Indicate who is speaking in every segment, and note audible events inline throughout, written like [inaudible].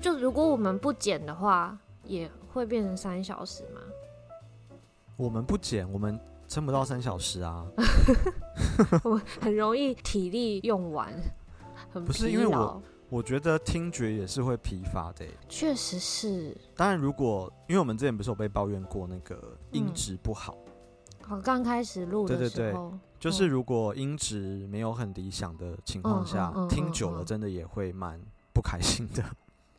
Speaker 1: 就如果我们不剪的话，也会变成三小时
Speaker 2: [laughs]
Speaker 1: 吗？
Speaker 2: 我们不剪，我们撑不到三小时
Speaker 1: [laughs]
Speaker 2: 啊。
Speaker 1: 我很容易体力用完，很
Speaker 2: 不是
Speaker 1: 疲
Speaker 2: 因为我
Speaker 1: 劳
Speaker 2: 我觉得听觉也是会疲乏的欸、
Speaker 1: 确实是，
Speaker 2: 当然，如果因为我们之前不是有被抱怨过那个音
Speaker 1: 嗯
Speaker 2: 质不好，
Speaker 1: 我刚开始录
Speaker 2: 对
Speaker 1: 的
Speaker 2: 对对
Speaker 1: 时候，
Speaker 2: 就是如果音质没有很理想的情况下，
Speaker 1: 嗯嗯嗯
Speaker 2: 听久了
Speaker 1: 嗯嗯
Speaker 2: 真的也会蛮不开心
Speaker 1: [laughs]
Speaker 2: 的。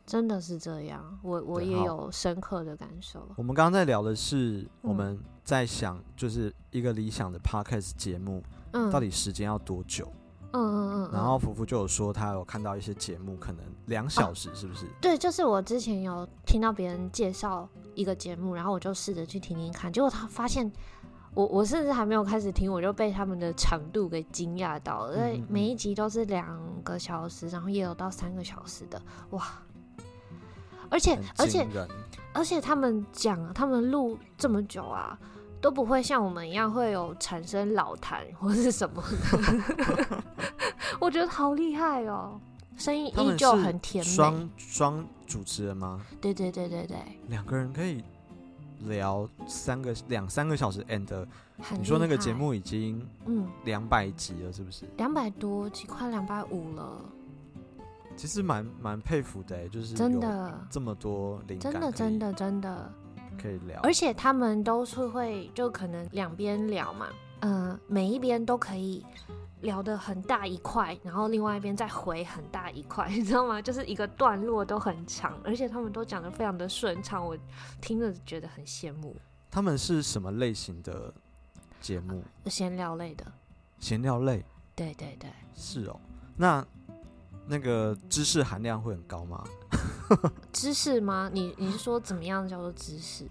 Speaker 1: 真的是这样，我我
Speaker 2: 对
Speaker 1: 也
Speaker 2: 好
Speaker 1: 有深刻的感受。
Speaker 2: 我们刚刚在聊的是我
Speaker 1: 嗯
Speaker 2: 们在想，就是一个理想的 podcast 节目
Speaker 1: 嗯，
Speaker 2: 到底时间要多久？
Speaker 1: 嗯嗯嗯，嗯
Speaker 2: 然后福福就有说他有看到一些节目可能两小时，是不是？
Speaker 1: 对，就是我之前有听到别人介绍一个节目，然后我就试着去听听看，结果他发现我我甚至还没有开始听，我就被他们的长度给惊讶到了，因
Speaker 2: 嗯
Speaker 1: 为
Speaker 2: 嗯
Speaker 1: 每一集都是两个小时，然后也有到三个小时的，哇！而且而
Speaker 2: 很
Speaker 1: 且
Speaker 2: 惊人。
Speaker 1: 而且他们讲啊，他们录这么久啊，都不会像我们一样会有产生老痰或是什么的， [laughs] 我觉得好厉害哦，声音
Speaker 2: 他
Speaker 1: 依
Speaker 2: 们
Speaker 1: 旧很
Speaker 2: 是
Speaker 1: 甜美。
Speaker 2: 双双主持人吗？
Speaker 1: 对对对对对，
Speaker 2: 两个人可以聊三个两三个小时，and
Speaker 1: 很
Speaker 2: 你说那个
Speaker 1: 厉害
Speaker 2: 节，目已经
Speaker 1: 嗯，
Speaker 2: 两百集了，是不是？
Speaker 1: 两百多，几快两百五了，
Speaker 2: 其实蛮蛮佩服的欸，就是
Speaker 1: 真
Speaker 2: 有
Speaker 1: 的，
Speaker 2: 这么多灵感
Speaker 1: 真的，
Speaker 2: 可以
Speaker 1: 真的，真的。
Speaker 2: 可以聊，
Speaker 1: 而且他们都是会就可能两边聊嘛，嗯，每一边都可以聊得很大一块，然后另外一边再回很大一块， [laughs] 你知道吗？就是一个段落都很长，而且他们都讲得非常的顺畅，我听着觉得很羡慕。
Speaker 2: 他们是什么类型的节
Speaker 1: 呃
Speaker 2: 目？
Speaker 1: 闲聊类的，
Speaker 2: 闲聊类
Speaker 1: 对对对，
Speaker 2: 是哦，那那个知识含量会很高吗？
Speaker 1: 知识吗？你你是说怎么样叫做知识？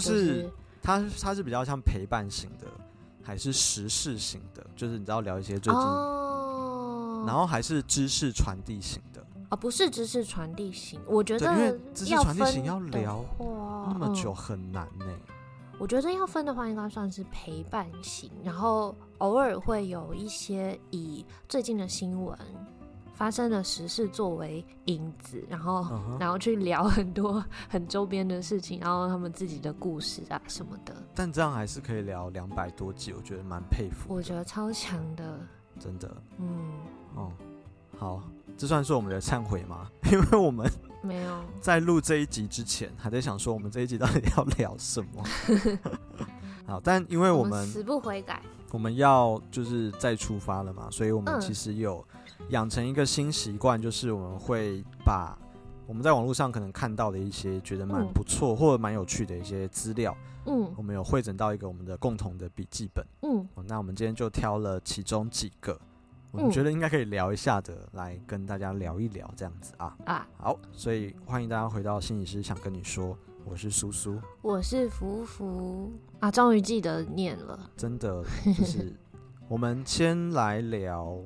Speaker 1: 就是
Speaker 2: 它它是比较像陪伴型的，还是时事型的？就是你知道聊一些最近，
Speaker 1: 哦，
Speaker 2: 然后还是知识传递型的，
Speaker 1: 啊，不是知识传递型，我觉
Speaker 2: 对，因为
Speaker 1: 得
Speaker 2: 知识
Speaker 1: 要
Speaker 2: 传递型
Speaker 1: 分
Speaker 2: 要
Speaker 1: 的
Speaker 2: 聊
Speaker 1: 话
Speaker 2: 那么
Speaker 1: 嗯
Speaker 2: 久很难呢、
Speaker 1: 我觉得要分的话，应该算是陪伴型，然后偶尔会有一些以最近的新闻发生的时事作为引子，然后、
Speaker 2: 嗯哼
Speaker 1: [laughs] 然后去聊很多很周边的事情，然后他们自己的故事啊什么的，
Speaker 2: 但这样还是可以聊两百多集，我觉得蛮佩服，
Speaker 1: 我觉得超强的，
Speaker 2: 真的
Speaker 1: 嗯，
Speaker 2: 哦。好，这算是我们的忏悔吗？ [laughs] 因为我们
Speaker 1: 没有，
Speaker 2: 在录这一集之前，还在想说我们这一集到底要聊什
Speaker 1: [laughs]
Speaker 2: 么。好，但因为我们
Speaker 1: 死不悔改，
Speaker 2: 我们要就是再出发了嘛，所以我们
Speaker 1: 嗯
Speaker 2: 其实有养成一个新习惯，就是我们会把我们在网络上可能看到的一些觉得蛮
Speaker 1: 嗯
Speaker 2: 不错或者蛮有趣的一些资料，
Speaker 1: 嗯
Speaker 2: 我们有汇整到一个我们的共同的笔记本。
Speaker 1: 嗯，
Speaker 2: 哦那我们今天就挑了其中几个，我们
Speaker 1: 嗯
Speaker 2: 觉得应该可以聊一下的，来跟大家聊一聊这样子啊。
Speaker 1: 啊，
Speaker 2: 好，所以欢迎大家回到心理师想跟你说，我是苏苏，
Speaker 1: 我是福福啊，终于记得念了，[laughs]
Speaker 2: 真的就是我们先来聊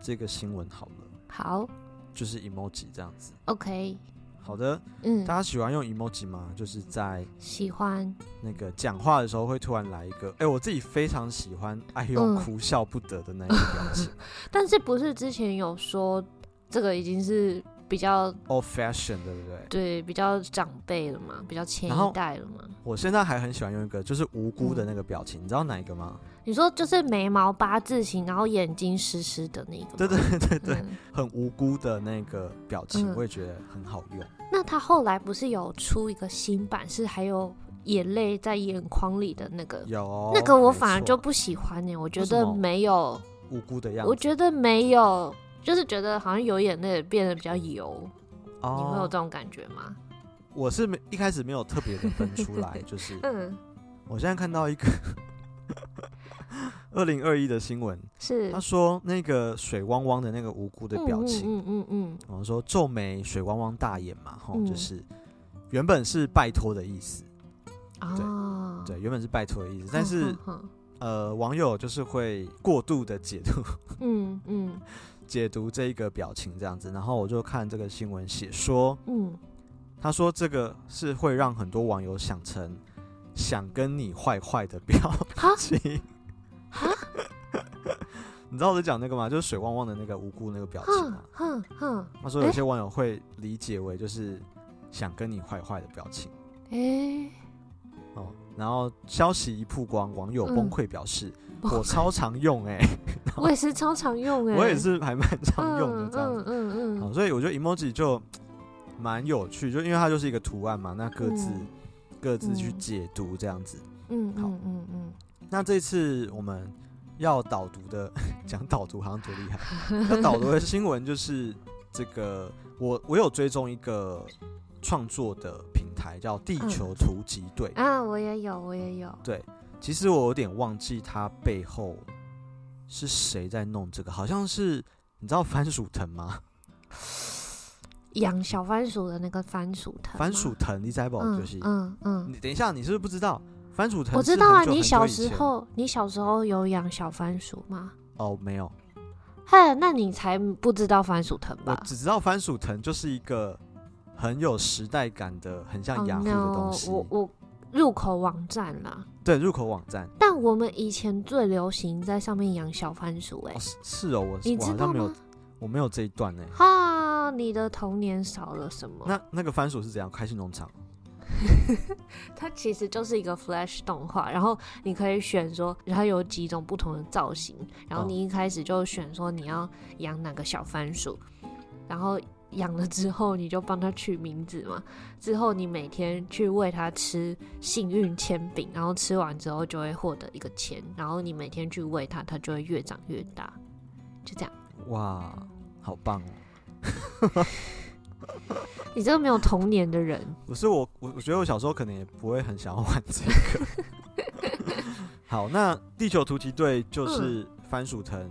Speaker 2: 这个新闻好了。
Speaker 1: 好
Speaker 2: 就是 emoji 这样子。
Speaker 1: ，OK，
Speaker 2: 好的，
Speaker 1: 嗯
Speaker 2: 大，家喜欢用 emoji 吗？就是在
Speaker 1: 喜欢。
Speaker 2: 那个讲话的时候会突然来一个，哎、我自己非常喜欢，哎呦，
Speaker 1: 嗯
Speaker 2: 哭笑不得的那一个表情
Speaker 1: 但是不是之前有说这个已经是比较
Speaker 2: ，old fashion，对不对？
Speaker 1: 对比较长辈了嘛，比较前
Speaker 2: 然后
Speaker 1: 一代了嘛？
Speaker 2: 我现在还很喜欢用一个，就是无辜的那
Speaker 1: 嗯
Speaker 2: 个表情，你知道哪一个吗？
Speaker 1: 你说就是眉毛八字形，然后眼睛湿湿的那个吗，
Speaker 2: 对对对对，
Speaker 1: 嗯
Speaker 2: 很无辜的那个表情，
Speaker 1: 嗯
Speaker 2: 我也觉得很好用。
Speaker 1: 那他后来不是有出一个新版，是还有眼泪在眼眶里的那个？
Speaker 2: 有
Speaker 1: 呃
Speaker 2: 哦
Speaker 1: 那个我
Speaker 2: 没
Speaker 1: 反而
Speaker 2: 错
Speaker 1: 就不喜欢呢、我觉
Speaker 2: 为什
Speaker 1: 得
Speaker 2: 么
Speaker 1: 没有，
Speaker 2: 无辜的样子，
Speaker 1: 我觉得没有，就是觉得好像有眼泪变得比较油，你会有
Speaker 2: 哦
Speaker 1: 这，种感觉吗？
Speaker 2: 我是没一开始没有特别的分出
Speaker 1: [laughs]
Speaker 2: 来，就是
Speaker 1: 嗯，
Speaker 2: 我现在看到一个 [laughs] 二零二一的新闻，
Speaker 1: 是
Speaker 2: 他说那个水汪汪的那个无辜的表情，
Speaker 1: 嗯嗯嗯嗯
Speaker 2: 然后说皱眉水汪汪大眼嘛，吼，
Speaker 1: 嗯
Speaker 2: 就是原本是拜托的意思，
Speaker 1: 嗯，
Speaker 2: 对
Speaker 1: 哦，
Speaker 2: 对，原本是拜托的意思，但是
Speaker 1: 哼哼
Speaker 2: 呃，网友就是会过度的解读 [laughs]
Speaker 1: 哼嗯嗯
Speaker 2: 解读这一个表情这样子，然后我就看这个新闻写说，
Speaker 1: 嗯，
Speaker 2: 他说这个是会让很多网友想成想跟你坏坏的表
Speaker 1: 哈
Speaker 2: 情， [laughs] 你知道我在讲那个吗？就是水汪汪的那个无辜那个表情
Speaker 1: 哼
Speaker 2: 啊。
Speaker 1: 哼哼，
Speaker 2: 他说有些网友会理解为就是想跟你坏坏的表情
Speaker 1: 哎，
Speaker 2: [laughs] 哦。然后消息一曝光，网友崩溃表示：“
Speaker 1: 崩
Speaker 2: 我超常用哎、
Speaker 1: 我也是超常用哎，
Speaker 2: 我也是还蛮常用的这样子。
Speaker 1: 嗯嗯
Speaker 2: 好，
Speaker 1: 嗯
Speaker 2: 所以我觉得 emoji 就蛮有趣，就因为它就是一个图案嘛，那各自、
Speaker 1: 嗯
Speaker 2: 各自去
Speaker 1: 嗯
Speaker 2: 解读这样子。
Speaker 1: 嗯
Speaker 2: 好
Speaker 1: 嗯嗯嗯，
Speaker 2: 那这次我们要导读的， [laughs] 讲导读好像多厉
Speaker 1: [laughs]
Speaker 2: 害。要导读的新闻就是这个，我我有追踪一个创作的平台叫地
Speaker 1: 嗯
Speaker 2: 球突击队，
Speaker 1: 啊，我也有，我也有，
Speaker 2: 其实我有点忘记它背后是谁在弄这个，好像是你知道番薯藤吗？
Speaker 1: 养小番薯的那个番薯藤吗，
Speaker 2: 番薯藤，你知道不？
Speaker 1: 嗯
Speaker 2: 就是。
Speaker 1: 嗯嗯，
Speaker 2: 你等一下，你是不是不知道番薯藤？
Speaker 1: 我知道啊，
Speaker 2: 很久
Speaker 1: 你
Speaker 2: 很久
Speaker 1: 小
Speaker 2: 以
Speaker 1: 时
Speaker 2: 前
Speaker 1: 候你小时候有养小番薯吗？
Speaker 2: 哦，没有，
Speaker 1: 嗨，那你才不知道番薯藤
Speaker 2: 我
Speaker 1: 吧？
Speaker 2: 只知道番薯藤就是一个很有时代感的、很像
Speaker 1: Oh
Speaker 2: 雅虎的
Speaker 1: no，
Speaker 2: 东西。
Speaker 1: 我我入口网站啦，
Speaker 2: 对，入口网站
Speaker 1: 但我们以前最流行在上面养小番薯、欸，
Speaker 2: 哦，是是哦，我
Speaker 1: 你
Speaker 2: 我
Speaker 1: 知
Speaker 2: 好
Speaker 1: 道
Speaker 2: 像没有
Speaker 1: 吗，？
Speaker 2: 我没有这一段呢。
Speaker 1: 哈，你的童年少了什么？
Speaker 2: 那那个番薯是怎样？开心农场
Speaker 1: 它其实就是一个 Flash 动画，然后你可以选说它有几种不同的造型，然后
Speaker 2: 嗯
Speaker 1: 你一开始就选说你要养哪个小番薯，然后养了之后你就帮它取名字嘛，之后你每天去喂它吃幸运铅饼，然后吃完之后就会获得一个钱，然后你每天去喂它，它就会越长越大，就这样。
Speaker 2: 哇，
Speaker 1: 嗯
Speaker 2: 好棒哦！
Speaker 1: 你这个没有童年的
Speaker 2: [laughs]
Speaker 1: 人，
Speaker 2: 不是我，我我觉得我小时候可能也不会很想要玩这个。
Speaker 1: [laughs]
Speaker 2: 好，那地球突击队
Speaker 1: 嗯
Speaker 2: 就是番薯藤，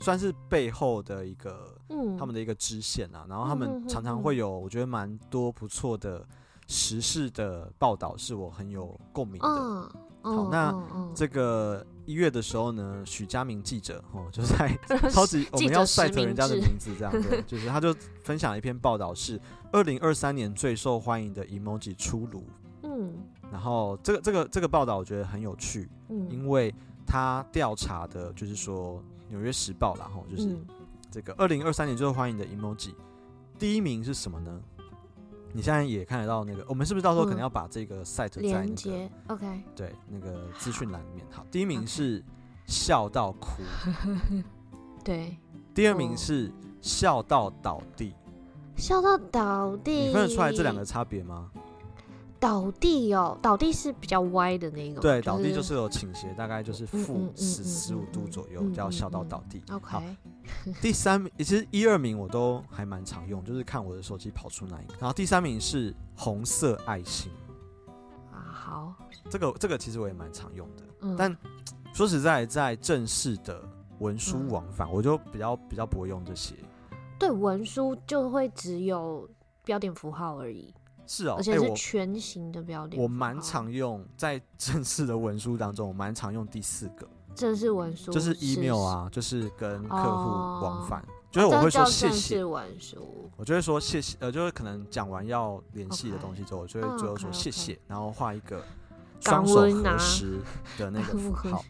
Speaker 2: 算是背后的一个
Speaker 1: 嗯，
Speaker 2: 他们的一个支线啊，然后
Speaker 1: 嗯
Speaker 2: 他
Speaker 1: 嗯
Speaker 2: 们
Speaker 1: 嗯
Speaker 2: 常常会有我觉得蛮多不错的时事的报道，是我很有共鸣的。
Speaker 1: 嗯，
Speaker 2: 好
Speaker 1: 嗯
Speaker 2: 那
Speaker 1: 嗯嗯
Speaker 2: 这个一月的时候呢，许佳明记者哦，就是
Speaker 1: [laughs]
Speaker 2: 在超级我
Speaker 1: 呃记
Speaker 2: 们
Speaker 1: 者
Speaker 2: 要
Speaker 1: 实
Speaker 2: 晒特人
Speaker 1: 名
Speaker 2: 家的
Speaker 1: 制
Speaker 2: 名字这样
Speaker 1: [laughs]
Speaker 2: 对，就是他就分享了一篇报道是二零二三年最受欢迎的 emoji 出炉，
Speaker 1: 嗯
Speaker 2: 然后这个这个这个报道我觉得很有趣，
Speaker 1: 嗯，
Speaker 2: 因为他调查的就是说《纽约时报》啦，吼，就是
Speaker 1: 嗯
Speaker 2: 这个二零二三年最受欢迎的 emoji，第一名是什么呢？你现在也看得到那个，我们是不是到时候可能
Speaker 1: 嗯
Speaker 2: 要把这个 site 在
Speaker 1: 连
Speaker 2: 那个
Speaker 1: 接，OK，
Speaker 2: 对那个资讯栏里面？好，第一名是笑到哭，
Speaker 1: 对，
Speaker 2: 第二名
Speaker 1: 哦
Speaker 2: 是笑到倒地。
Speaker 1: 笑到倒地。
Speaker 2: 你分得出来这两个差别吗？
Speaker 1: 倒地哦，倒地是比较歪的那一种，
Speaker 2: 对，倒地就是有倾斜，大概就是
Speaker 1: 嗯
Speaker 2: 负
Speaker 1: 嗯嗯
Speaker 2: 十
Speaker 1: 嗯
Speaker 2: 十五
Speaker 1: 嗯
Speaker 2: 度
Speaker 1: 嗯
Speaker 2: 左右，
Speaker 1: 嗯
Speaker 2: 叫
Speaker 1: 嗯
Speaker 2: 笑到
Speaker 1: 嗯
Speaker 2: 倒地。好，
Speaker 1: OK，
Speaker 2: 第三名，其实一二名我都还蛮常用，就是看我的手机跑出哪一个。然后第三名是红色爱心，
Speaker 1: 啊好，
Speaker 2: 这个这个其实我也蛮常用的。
Speaker 1: 嗯，
Speaker 2: 但说实在，在正式的文书往
Speaker 1: 嗯
Speaker 2: 返，我就比较比较不会用这些。
Speaker 1: 对文书就会只有标点符号而已，
Speaker 2: 是哦，
Speaker 1: 而且
Speaker 2: 哎
Speaker 1: 是
Speaker 2: 我
Speaker 1: 全形的标点符号。
Speaker 2: 我蛮常用在正式的文书当中，我蛮常用第四个，
Speaker 1: 正式文书，
Speaker 2: 就是 email，啊，就是跟客户往返，就是
Speaker 1: 哦啊这
Speaker 2: 我会说
Speaker 1: 叫
Speaker 2: 谢
Speaker 1: 正
Speaker 2: 谢
Speaker 1: 式，文书，
Speaker 2: 我就会说谢谢，呃，就是可能讲完要联系的东西之后，我就会
Speaker 1: 嗯
Speaker 2: 最后说
Speaker 1: OK，OK
Speaker 2: 谢谢，然后画一个
Speaker 1: 感
Speaker 2: 双手
Speaker 1: 恩啊
Speaker 2: 合十的那个符号。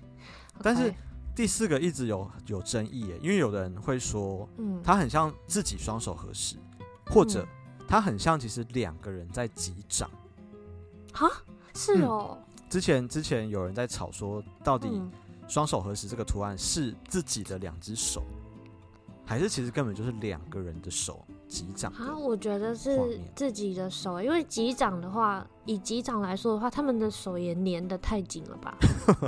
Speaker 2: 但是
Speaker 1: OK，
Speaker 2: 第四个一直有有争议耶，因为有的人会说
Speaker 1: 嗯，
Speaker 2: 他很像自己双手合十，或者他很像其实两个人在击掌。
Speaker 1: 哈是哦，
Speaker 2: 之前之前有人在吵说，嗯到底
Speaker 1: 嗯，
Speaker 2: 双手合十这个图案是自己的两只手，还是其实根本就是两个人的手击掌的？
Speaker 1: 啊，我觉得
Speaker 2: 画
Speaker 1: 是
Speaker 2: 面
Speaker 1: 自己的手，因为击掌的话，以击掌来说的话，他们的手也粘得太紧了吧？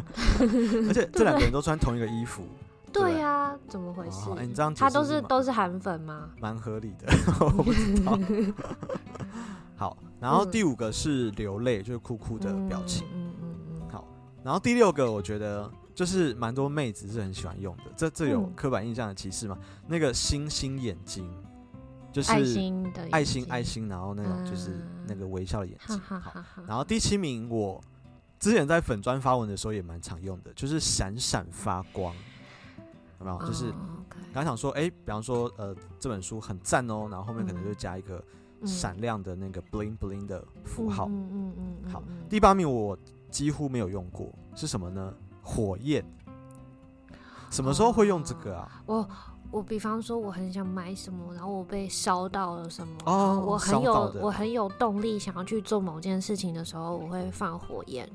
Speaker 2: 而且这两个人都穿同一个
Speaker 1: [laughs]
Speaker 2: 衣服，
Speaker 1: 对呀、怎么回事？
Speaker 2: 哦，哎你这样解
Speaker 1: 他都
Speaker 2: 释
Speaker 1: 是
Speaker 2: 蛮
Speaker 1: 都是韩粉吗？
Speaker 2: 蛮合理的，我不
Speaker 1: [laughs]
Speaker 2: 知道。好，然后第五个是流泪，就是哭哭的表情。
Speaker 1: 嗯嗯嗯
Speaker 2: 好，然后第六个我觉得就是蛮多妹子是很喜欢用的，这这有
Speaker 1: 嗯
Speaker 2: 刻板印象的歧视吗？那个星星眼睛，
Speaker 1: 嗯，
Speaker 2: 就是
Speaker 1: 爱心的
Speaker 2: 爱
Speaker 1: 眼
Speaker 2: 心
Speaker 1: 睛
Speaker 2: 爱，心，然后那种就是那个微笑的眼
Speaker 1: 哈
Speaker 2: 睛。
Speaker 1: 哈
Speaker 2: 好，
Speaker 1: 哈哈。
Speaker 2: 然后第七名我之前在粉砖发文的时候也蛮常用的，就是闪闪发光，有没有？就是
Speaker 1: 哦，OK，
Speaker 2: 刚想说，哎、比方说，呃，这本书很赞哦，然后后面可能就加一个
Speaker 1: 嗯
Speaker 2: 闪亮的那个 bling bling 的符号。
Speaker 1: 嗯嗯嗯嗯，
Speaker 2: 好
Speaker 1: 嗯，
Speaker 2: 第八名我几乎没有用过，是什么呢？火焰，什么时候会用这个啊？
Speaker 1: 我我比方说我很想买什么，然后我被烧到了什么，
Speaker 2: 哦
Speaker 1: 然后我很
Speaker 2: 烧到
Speaker 1: 有
Speaker 2: 的
Speaker 1: 我很有动力想要去做某件事情的时候，我会放火焰。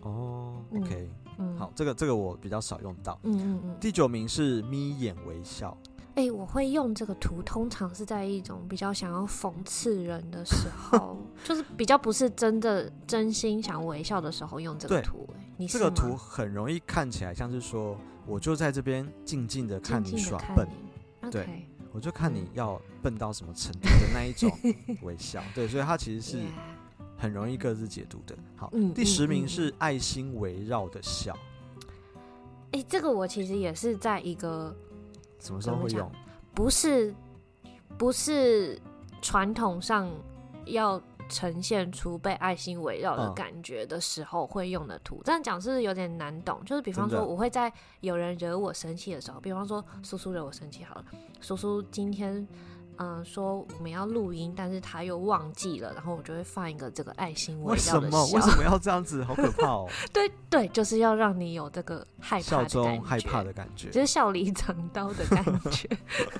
Speaker 2: 哦
Speaker 1: 嗯
Speaker 2: ，OK，
Speaker 1: 嗯，
Speaker 2: 好，，这个这个我比较少用到。
Speaker 1: 嗯嗯嗯，
Speaker 2: 第九名是眯眼微笑，
Speaker 1: 哎、我会用这个图，通常是在一种比较想要讽刺人的时
Speaker 2: [laughs]
Speaker 1: 候，就是比较不是真的真心想微笑的时候用这个
Speaker 2: 对
Speaker 1: 图、哎，你
Speaker 2: 这
Speaker 1: 是
Speaker 2: 个
Speaker 1: 吗
Speaker 2: 图很容易看起来像是说，我就在这边静静的看
Speaker 1: 静
Speaker 2: 你
Speaker 1: 静地
Speaker 2: 耍
Speaker 1: 看
Speaker 2: 笨，
Speaker 1: 你嗯 o
Speaker 2: 对
Speaker 1: k
Speaker 2: 我就看你要笨到什么程度的那
Speaker 1: [laughs]
Speaker 2: 一种微笑。对，所以它其实是很容易各自解读的。好
Speaker 1: 嗯，
Speaker 2: 第
Speaker 1: 嗯
Speaker 2: 十
Speaker 1: 嗯
Speaker 2: 名是爱心围绕的笑，
Speaker 1: 哎、这个我其实也是在一个
Speaker 2: 什么时候会
Speaker 1: 怎
Speaker 2: 用
Speaker 1: 么？不是不是传统上要呈现出被爱心围绕的
Speaker 2: 嗯
Speaker 1: 感觉的时候会用的图。这样讲是不是有点难懂？就是比方
Speaker 2: 真
Speaker 1: 说，
Speaker 2: 的
Speaker 1: 我会在有人惹我生气的时候，比方说叔叔惹我生气好了，叔叔今天。嗯，说我们要录音，但是他又忘记了，然后我就会放一个这个爱心围
Speaker 2: 为
Speaker 1: 绕
Speaker 2: 什
Speaker 1: 的
Speaker 2: 么？为
Speaker 1: 笑
Speaker 2: 什。么要这样子？好可怕哦！
Speaker 1: [laughs] 对对，就是要让你有这个 [laughs] 害怕
Speaker 2: 笑
Speaker 1: 的感
Speaker 2: 中
Speaker 1: 觉。
Speaker 2: 害怕的感觉。
Speaker 1: 就是笑里藏刀的感觉。
Speaker 2: [laughs]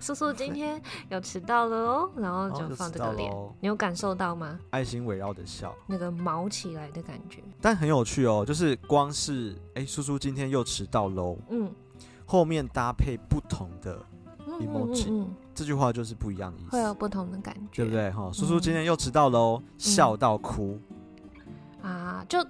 Speaker 1: 叔叔今天有迟到了哦，然后
Speaker 2: 哦
Speaker 1: 就
Speaker 2: 就
Speaker 1: 放
Speaker 2: 迟
Speaker 1: 这
Speaker 2: 到
Speaker 1: 个
Speaker 2: 了
Speaker 1: 脸，
Speaker 2: 哦
Speaker 1: 你有感受到吗？
Speaker 2: 爱心围绕的笑，
Speaker 1: 那个毛起来的感觉，
Speaker 2: 但很有趣哦。就是光是哎，叔叔今天又迟到喽，
Speaker 1: 嗯，
Speaker 2: 后面搭配不同的
Speaker 1: 嗯
Speaker 2: Emoji
Speaker 1: 嗯嗯
Speaker 2: 这句话，就是不一样的意
Speaker 1: 嗯，会有嗯
Speaker 2: 思，
Speaker 1: 不同的感觉，
Speaker 2: 对不？对？哈，叔叔今天又迟到喽，笑到哭。
Speaker 1: 啊，就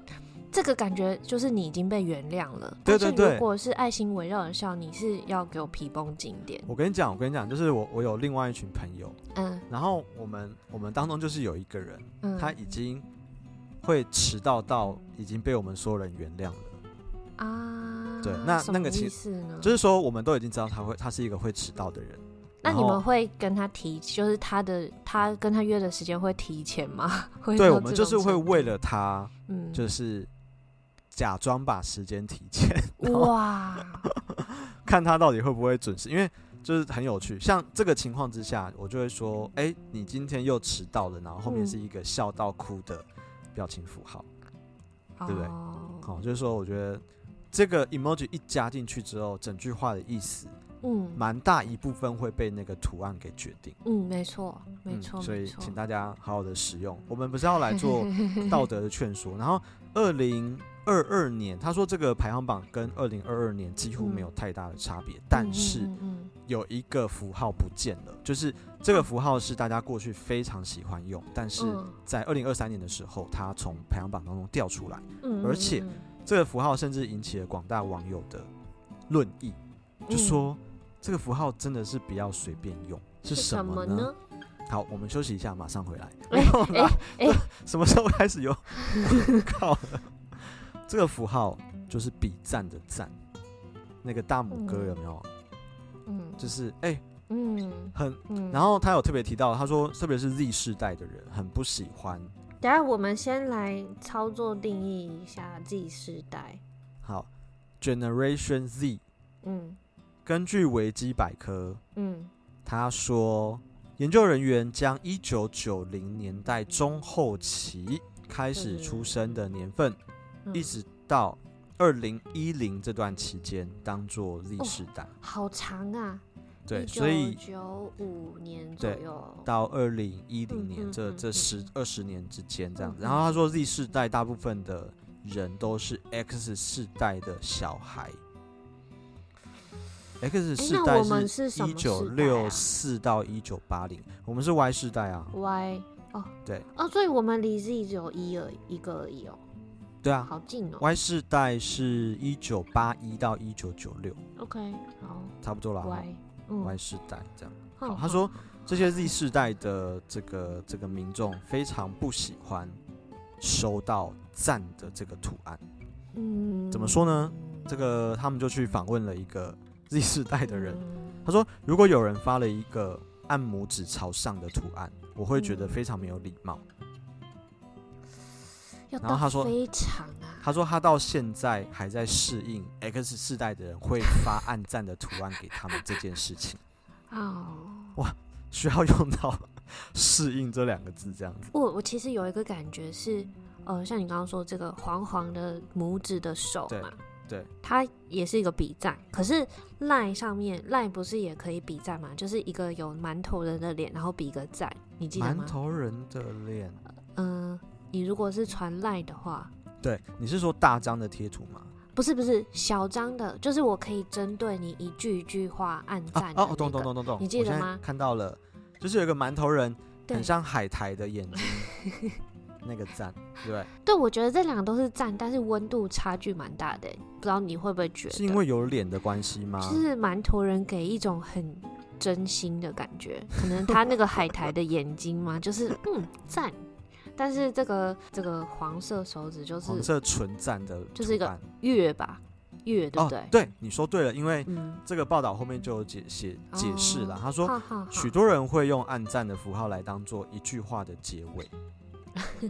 Speaker 1: 这个感觉就是你已经被原谅了。但
Speaker 2: 对
Speaker 1: 是
Speaker 2: 对对
Speaker 1: 如果是爱心围绕的笑，你是要给我皮绷紧点。
Speaker 2: 我跟你讲，我跟你讲，就是我我有另外一群朋友，
Speaker 1: 嗯
Speaker 2: 然后我们我们当中就是有一个人，
Speaker 1: 嗯，
Speaker 2: 他已经会迟到到已经被我们所有人原谅了。
Speaker 1: 啊，
Speaker 2: 对那
Speaker 1: 什么
Speaker 2: 那个其
Speaker 1: 意思呢？
Speaker 2: 就是说，我们都已经知道他会，他是一个会迟到的人。
Speaker 1: 那你
Speaker 2: 然后
Speaker 1: 们会跟他提，就是他的他跟他约的时间会提前吗？ [laughs] 会
Speaker 2: 对，
Speaker 1: 到
Speaker 2: 我们
Speaker 1: 这种
Speaker 2: 就是会
Speaker 1: 程度
Speaker 2: 为了他，
Speaker 1: 嗯，
Speaker 2: 就是假装把时间提前， [laughs] 然后 [laughs]
Speaker 1: 哇，
Speaker 2: 看他到底会不会准时。因为就是很有趣，像这个情况之下，我就会说：“哎、你今天又迟到了。”然后后面
Speaker 1: 嗯
Speaker 2: 是一个笑到哭的表情符号。对不对
Speaker 1: 哦，
Speaker 2: 好、就是说，我觉得这个 emoji 一加进去之后，整句话的意思
Speaker 1: 嗯
Speaker 2: 蛮大一部分会被那个图案给决定。
Speaker 1: 嗯，没错，没
Speaker 2: 嗯
Speaker 1: 错，
Speaker 2: 所
Speaker 1: 没
Speaker 2: 以
Speaker 1: 错，
Speaker 2: 请大家好好的使用。我们不是要来做
Speaker 1: [laughs]
Speaker 2: 道德的劝说。然后二零二二年，他说这个排行榜跟二零二二年几乎没有太大的差别，但是
Speaker 1: 嗯嗯
Speaker 2: 有一个符号不见了，就是这个符号是大家过去非常喜欢用，但是
Speaker 1: 嗯
Speaker 2: 在二零二三年的时候，它从排行榜当中掉出来。
Speaker 1: 嗯嗯，
Speaker 2: 而且
Speaker 1: 嗯
Speaker 2: 这个符号甚至引起了广大网友的论议，
Speaker 1: 嗯
Speaker 2: 就说这个符号真的是不要随便用，是
Speaker 1: 是
Speaker 2: 什
Speaker 1: 么
Speaker 2: 么呢？？好，我们休息一下，马上回来。
Speaker 1: 哎
Speaker 2: 没有啦
Speaker 1: 哎哎
Speaker 2: 什么时候开始有 [laughs] 靠了？这个符号就是比赞的赞，那个大拇哥
Speaker 1: 嗯
Speaker 2: 有没有？
Speaker 1: 嗯
Speaker 2: 就是哎、
Speaker 1: 嗯
Speaker 2: 很。
Speaker 1: 嗯，
Speaker 2: 然后他有特别提到，他说特别是 Z 世代的人很不喜欢。
Speaker 1: 等下我们先来操作定义一下 Z 世代，
Speaker 2: 好，Generation Z，
Speaker 1: 嗯
Speaker 2: 根据维基百科，
Speaker 1: 嗯
Speaker 2: 他说研究人员将一九九零年代中后期开始出生的年份
Speaker 1: 嗯，
Speaker 2: 一直到二零一零这段期间当做 Z
Speaker 1: 哦
Speaker 2: 世代，
Speaker 1: 好长啊，
Speaker 2: 对，所以
Speaker 1: 九五年左
Speaker 2: 对
Speaker 1: 右，
Speaker 2: 到二零一零
Speaker 1: 嗯
Speaker 2: 年
Speaker 1: 嗯
Speaker 2: 这、
Speaker 1: 嗯
Speaker 2: 这
Speaker 1: 嗯
Speaker 2: 十二十年之间这样子。
Speaker 1: 嗯嗯
Speaker 2: 然后他说 Z 世代大部分的人都是 X 世代的小孩。X
Speaker 1: 诶
Speaker 2: 世
Speaker 1: 那
Speaker 2: 代
Speaker 1: 我们是什
Speaker 2: 一
Speaker 1: 么世啊
Speaker 2: 九六四到一九八零，我们是 Y 世代啊，
Speaker 1: Y 哦，
Speaker 2: 对
Speaker 1: 哦，所以我们离 Z 只有一而已一个而已哦，
Speaker 2: 对啊
Speaker 1: 好近哦。
Speaker 2: ，Y 世代是一九八一到一九九六，
Speaker 1: OK，好
Speaker 2: 差不多啦哈
Speaker 1: ，Y，嗯
Speaker 2: Y 世代这样。
Speaker 1: 哼
Speaker 2: 好，他
Speaker 1: 哼
Speaker 2: 说这些 Z 世代的这个这个民众非常不喜欢收到赞的这个图案。
Speaker 1: 嗯，
Speaker 2: 怎么说呢？这个他们就去访问了一个 [laughs] Z 世代的人，
Speaker 1: 嗯
Speaker 2: 他说如果有人发了一个按拇指朝上的图案，我会觉得非常没有礼貌。
Speaker 1: 要
Speaker 2: 然后他
Speaker 1: 到
Speaker 2: 说
Speaker 1: 非常啊，
Speaker 2: 他说他到现在还在适应 X 世代的人会发暗赞的图案给他们这件事情，
Speaker 1: 哦，
Speaker 2: 需要用到 [laughs] 适应这两个字这样子。
Speaker 1: 我我其实有一个感觉是，呃，像你刚刚说这个黄黄的拇指的手
Speaker 2: 对
Speaker 1: 嘛，
Speaker 2: 对，
Speaker 1: 它也是一个比赞。可是赖上面赖不是也可以比赞吗？就是一个有馒头人的脸，然后比一个赞，你记得
Speaker 2: 馒
Speaker 1: 吗？
Speaker 2: 头人的脸，
Speaker 1: 嗯、你如果是传赖的话，
Speaker 2: 对，你是说大张的贴图吗？
Speaker 1: 不是不是小张的，就是我可以针对你一句一句话按赞、
Speaker 2: 啊
Speaker 1: 的
Speaker 2: 哦，懂
Speaker 1: 那
Speaker 2: 懂
Speaker 1: 个
Speaker 2: 懂懂懂，
Speaker 1: 你记
Speaker 2: 我
Speaker 1: 得
Speaker 2: 现在
Speaker 1: 吗
Speaker 2: 看到了，就是有一个馒头人，
Speaker 1: 对
Speaker 2: 很像海苔的眼睛，那个赞，对不对，
Speaker 1: 对，我觉得这两个都是赞，但是温度差距蛮大的欸，不知道你会不会觉得？
Speaker 2: 是因为有啊脸的关系吗？
Speaker 1: 就是馒头人给一种很真心的感觉，可能他那个海苔的眼睛嘛，就是嗯赞，但是这个这个黄色手指就
Speaker 2: 黄
Speaker 1: 是
Speaker 2: 色纯赞的图案，
Speaker 1: 就是一个月吧，月对不
Speaker 2: 哦
Speaker 1: 对？，
Speaker 2: 对，你说对了，因为
Speaker 1: 嗯，
Speaker 2: 这个报道后面就有解解解释了，
Speaker 1: 哦
Speaker 2: 他说
Speaker 1: 哈哈哈
Speaker 2: 许多人会用暗赞的符号来当做一句话的结尾，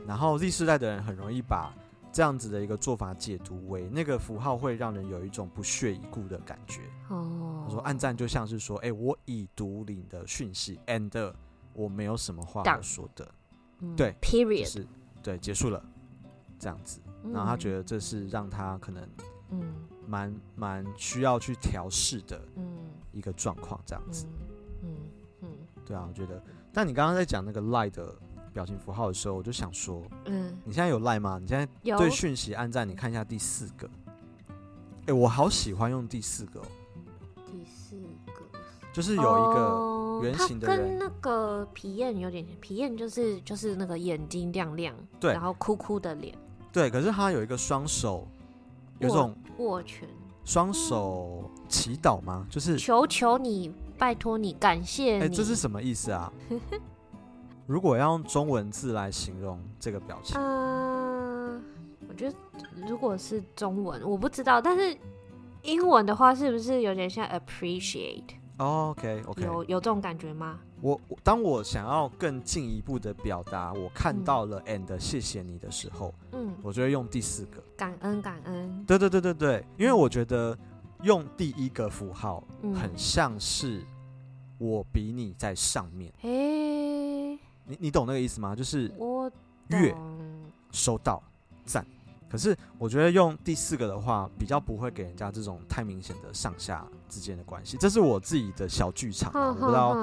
Speaker 2: 然后 Z 世代的人很容易把这样子的一个做法解读为那个符号会让人有一种不屑一顾的感觉。
Speaker 1: 哦，
Speaker 2: 他说暗赞就像是说，哎、我已读你的讯息，and 我没有什么话
Speaker 1: 当
Speaker 2: 要说的，
Speaker 1: 嗯
Speaker 2: 对就
Speaker 1: ，period，
Speaker 2: 是对，结束了，这样子。然后他觉
Speaker 1: 得
Speaker 2: 得这是让他可能
Speaker 1: 嗯
Speaker 2: 蛮蛮需要去调试的
Speaker 1: 嗯
Speaker 2: 一个状况，这样
Speaker 1: 嗯
Speaker 2: 子。
Speaker 1: 嗯嗯
Speaker 2: 对啊，我觉得。但你刚刚在讲那个 lie 的表情符号的时候，我就想说，
Speaker 1: 嗯，
Speaker 2: 你现在有 lie 吗？你现在
Speaker 1: 有
Speaker 2: 对讯息按赞，你看一下第四个。哎、我好喜欢用第四个、哦，
Speaker 1: 第四个。
Speaker 2: 就是有一个
Speaker 1: 哦
Speaker 2: 圆
Speaker 1: 它
Speaker 2: 形的
Speaker 1: 跟
Speaker 2: 人
Speaker 1: 那个皮燕有点像，皮燕就是就是那个眼睛亮亮，
Speaker 2: 对
Speaker 1: 然后哭哭的脸，
Speaker 2: 对，可是他有一个双手，有种
Speaker 1: 握拳，
Speaker 2: 双手祈祷吗？就是
Speaker 1: 求求你，拜托你，感谢
Speaker 2: 哎、
Speaker 1: 你，
Speaker 2: 这是什么意
Speaker 1: [laughs]
Speaker 2: 思啊？如果要用中文字来形容这个表
Speaker 1: 啊
Speaker 2: 情，
Speaker 1: 嗯、我觉得如果是中文我不知道，但是英文的话是不是有点像 appreciate？
Speaker 2: 哦 OK OK，
Speaker 1: 有有这种感觉吗？
Speaker 2: 我我当我想要更进一步的表达我看到了 and 谢谢你的时候，
Speaker 1: 嗯，
Speaker 2: 我就会用第四个。
Speaker 1: 感恩感恩，
Speaker 2: 对对对对对，因为我觉得用第一个符号
Speaker 1: 嗯，
Speaker 2: 很像是我比你在上面，
Speaker 1: 嘿，
Speaker 2: 你你懂那个意思吗？就是
Speaker 1: 哎我
Speaker 2: 月
Speaker 1: 懂
Speaker 2: 收到赞。可是我觉得用第四个的话，比较不会给人家这种太明显的上下之间的关系。这是我自己的小剧场、啊，我不知道我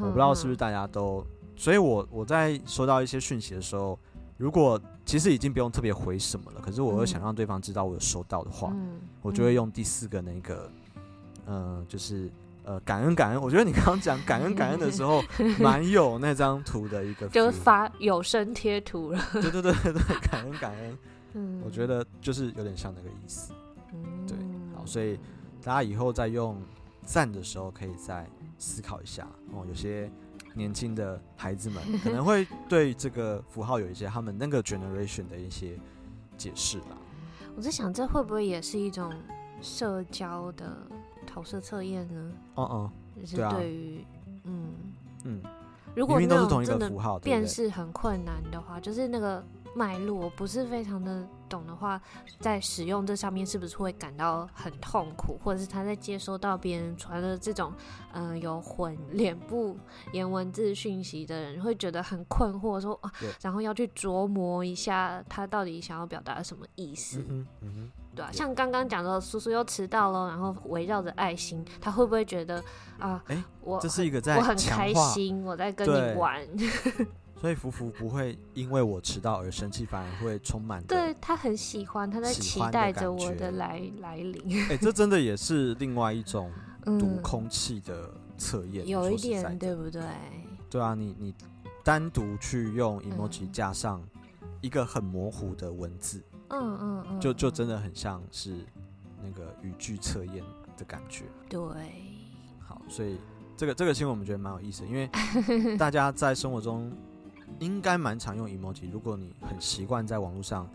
Speaker 1: 我
Speaker 2: 不知道是不是大家都，所以我我在收到一些讯息的时候，如果其实已经不用特别回什么了，可是我又想
Speaker 1: 嗯
Speaker 2: 让对方知道我有收到的话，
Speaker 1: 嗯
Speaker 2: 我就会用第四个那个，呃，就是呃感恩感恩。我觉得你刚刚讲感恩感恩的
Speaker 1: [laughs]
Speaker 2: 时候，蛮有那张图的一个 feel，
Speaker 1: 就是发有声贴图了。
Speaker 2: 对对对对对，感恩感恩，
Speaker 1: [laughs] 嗯
Speaker 2: 我觉得就是有点像那个意思。对好所以大家以后在用赞的时候，可以再思考一下哦。有些年轻的孩
Speaker 1: [laughs]
Speaker 2: 子们可能会对这个符号有一些他们那个 generation 的一些解释
Speaker 1: [laughs]
Speaker 2: 啦。
Speaker 1: 我在想，这会不会也是一种社交的投射测验呢？
Speaker 2: 哦哦，
Speaker 1: 就是
Speaker 2: 对啊
Speaker 1: 对于、嗯，
Speaker 2: 嗯，
Speaker 1: 如
Speaker 2: 明
Speaker 1: 果
Speaker 2: 明都
Speaker 1: 那
Speaker 2: 是同
Speaker 1: 种
Speaker 2: 一
Speaker 1: 真
Speaker 2: 个
Speaker 1: 的
Speaker 2: 符号，对
Speaker 1: 辨
Speaker 2: 不对？
Speaker 1: 识很困难的话，就是那个脉络不是非常的懂的话，在使用这上面是不是会感到很痛苦，或者是他在接收到别人传的这种呃有混脸部言文字讯息的人，会觉得很困惑说，啊
Speaker 2: 对
Speaker 1: 然后要去琢磨一下他到底想要表达什么意思，
Speaker 2: 嗯哼，嗯哼。
Speaker 1: 对啊，
Speaker 2: 对
Speaker 1: 像刚刚讲的，叔叔又迟到了，然后围绕着爱心，他会不会觉得啊，
Speaker 2: 哎
Speaker 1: 我
Speaker 2: 这是一个在
Speaker 1: 我很
Speaker 2: 强
Speaker 1: 开
Speaker 2: 化
Speaker 1: 心，我在跟
Speaker 2: 对
Speaker 1: 你玩，
Speaker 2: 所以福福不会因为我迟到而生气，反而会充满着
Speaker 1: 对他很喜欢，他在
Speaker 2: 喜
Speaker 1: 期
Speaker 2: 欢的
Speaker 1: 待
Speaker 2: 感
Speaker 1: 着我
Speaker 2: 觉
Speaker 1: 的来来临，
Speaker 2: 哎、这真的也是另外
Speaker 1: [laughs]
Speaker 2: 一种读
Speaker 1: 嗯，
Speaker 2: 空气的测验、
Speaker 1: 有一
Speaker 2: 说实在
Speaker 1: 点
Speaker 2: 的
Speaker 1: 对不对？
Speaker 2: 对啊，你你单独去用 emoji
Speaker 1: 嗯
Speaker 2: 加上一个很模糊的文字，
Speaker 1: 嗯嗯嗯，
Speaker 2: 就就
Speaker 1: 嗯
Speaker 2: 真的很像是那个语句测验的感觉。
Speaker 1: 对，
Speaker 2: 好，所以这个这个新闻我们觉得蛮有意思，因为
Speaker 1: [laughs]
Speaker 2: 大家在生活中应该蛮常用 emoji。如果你很习惯在网络上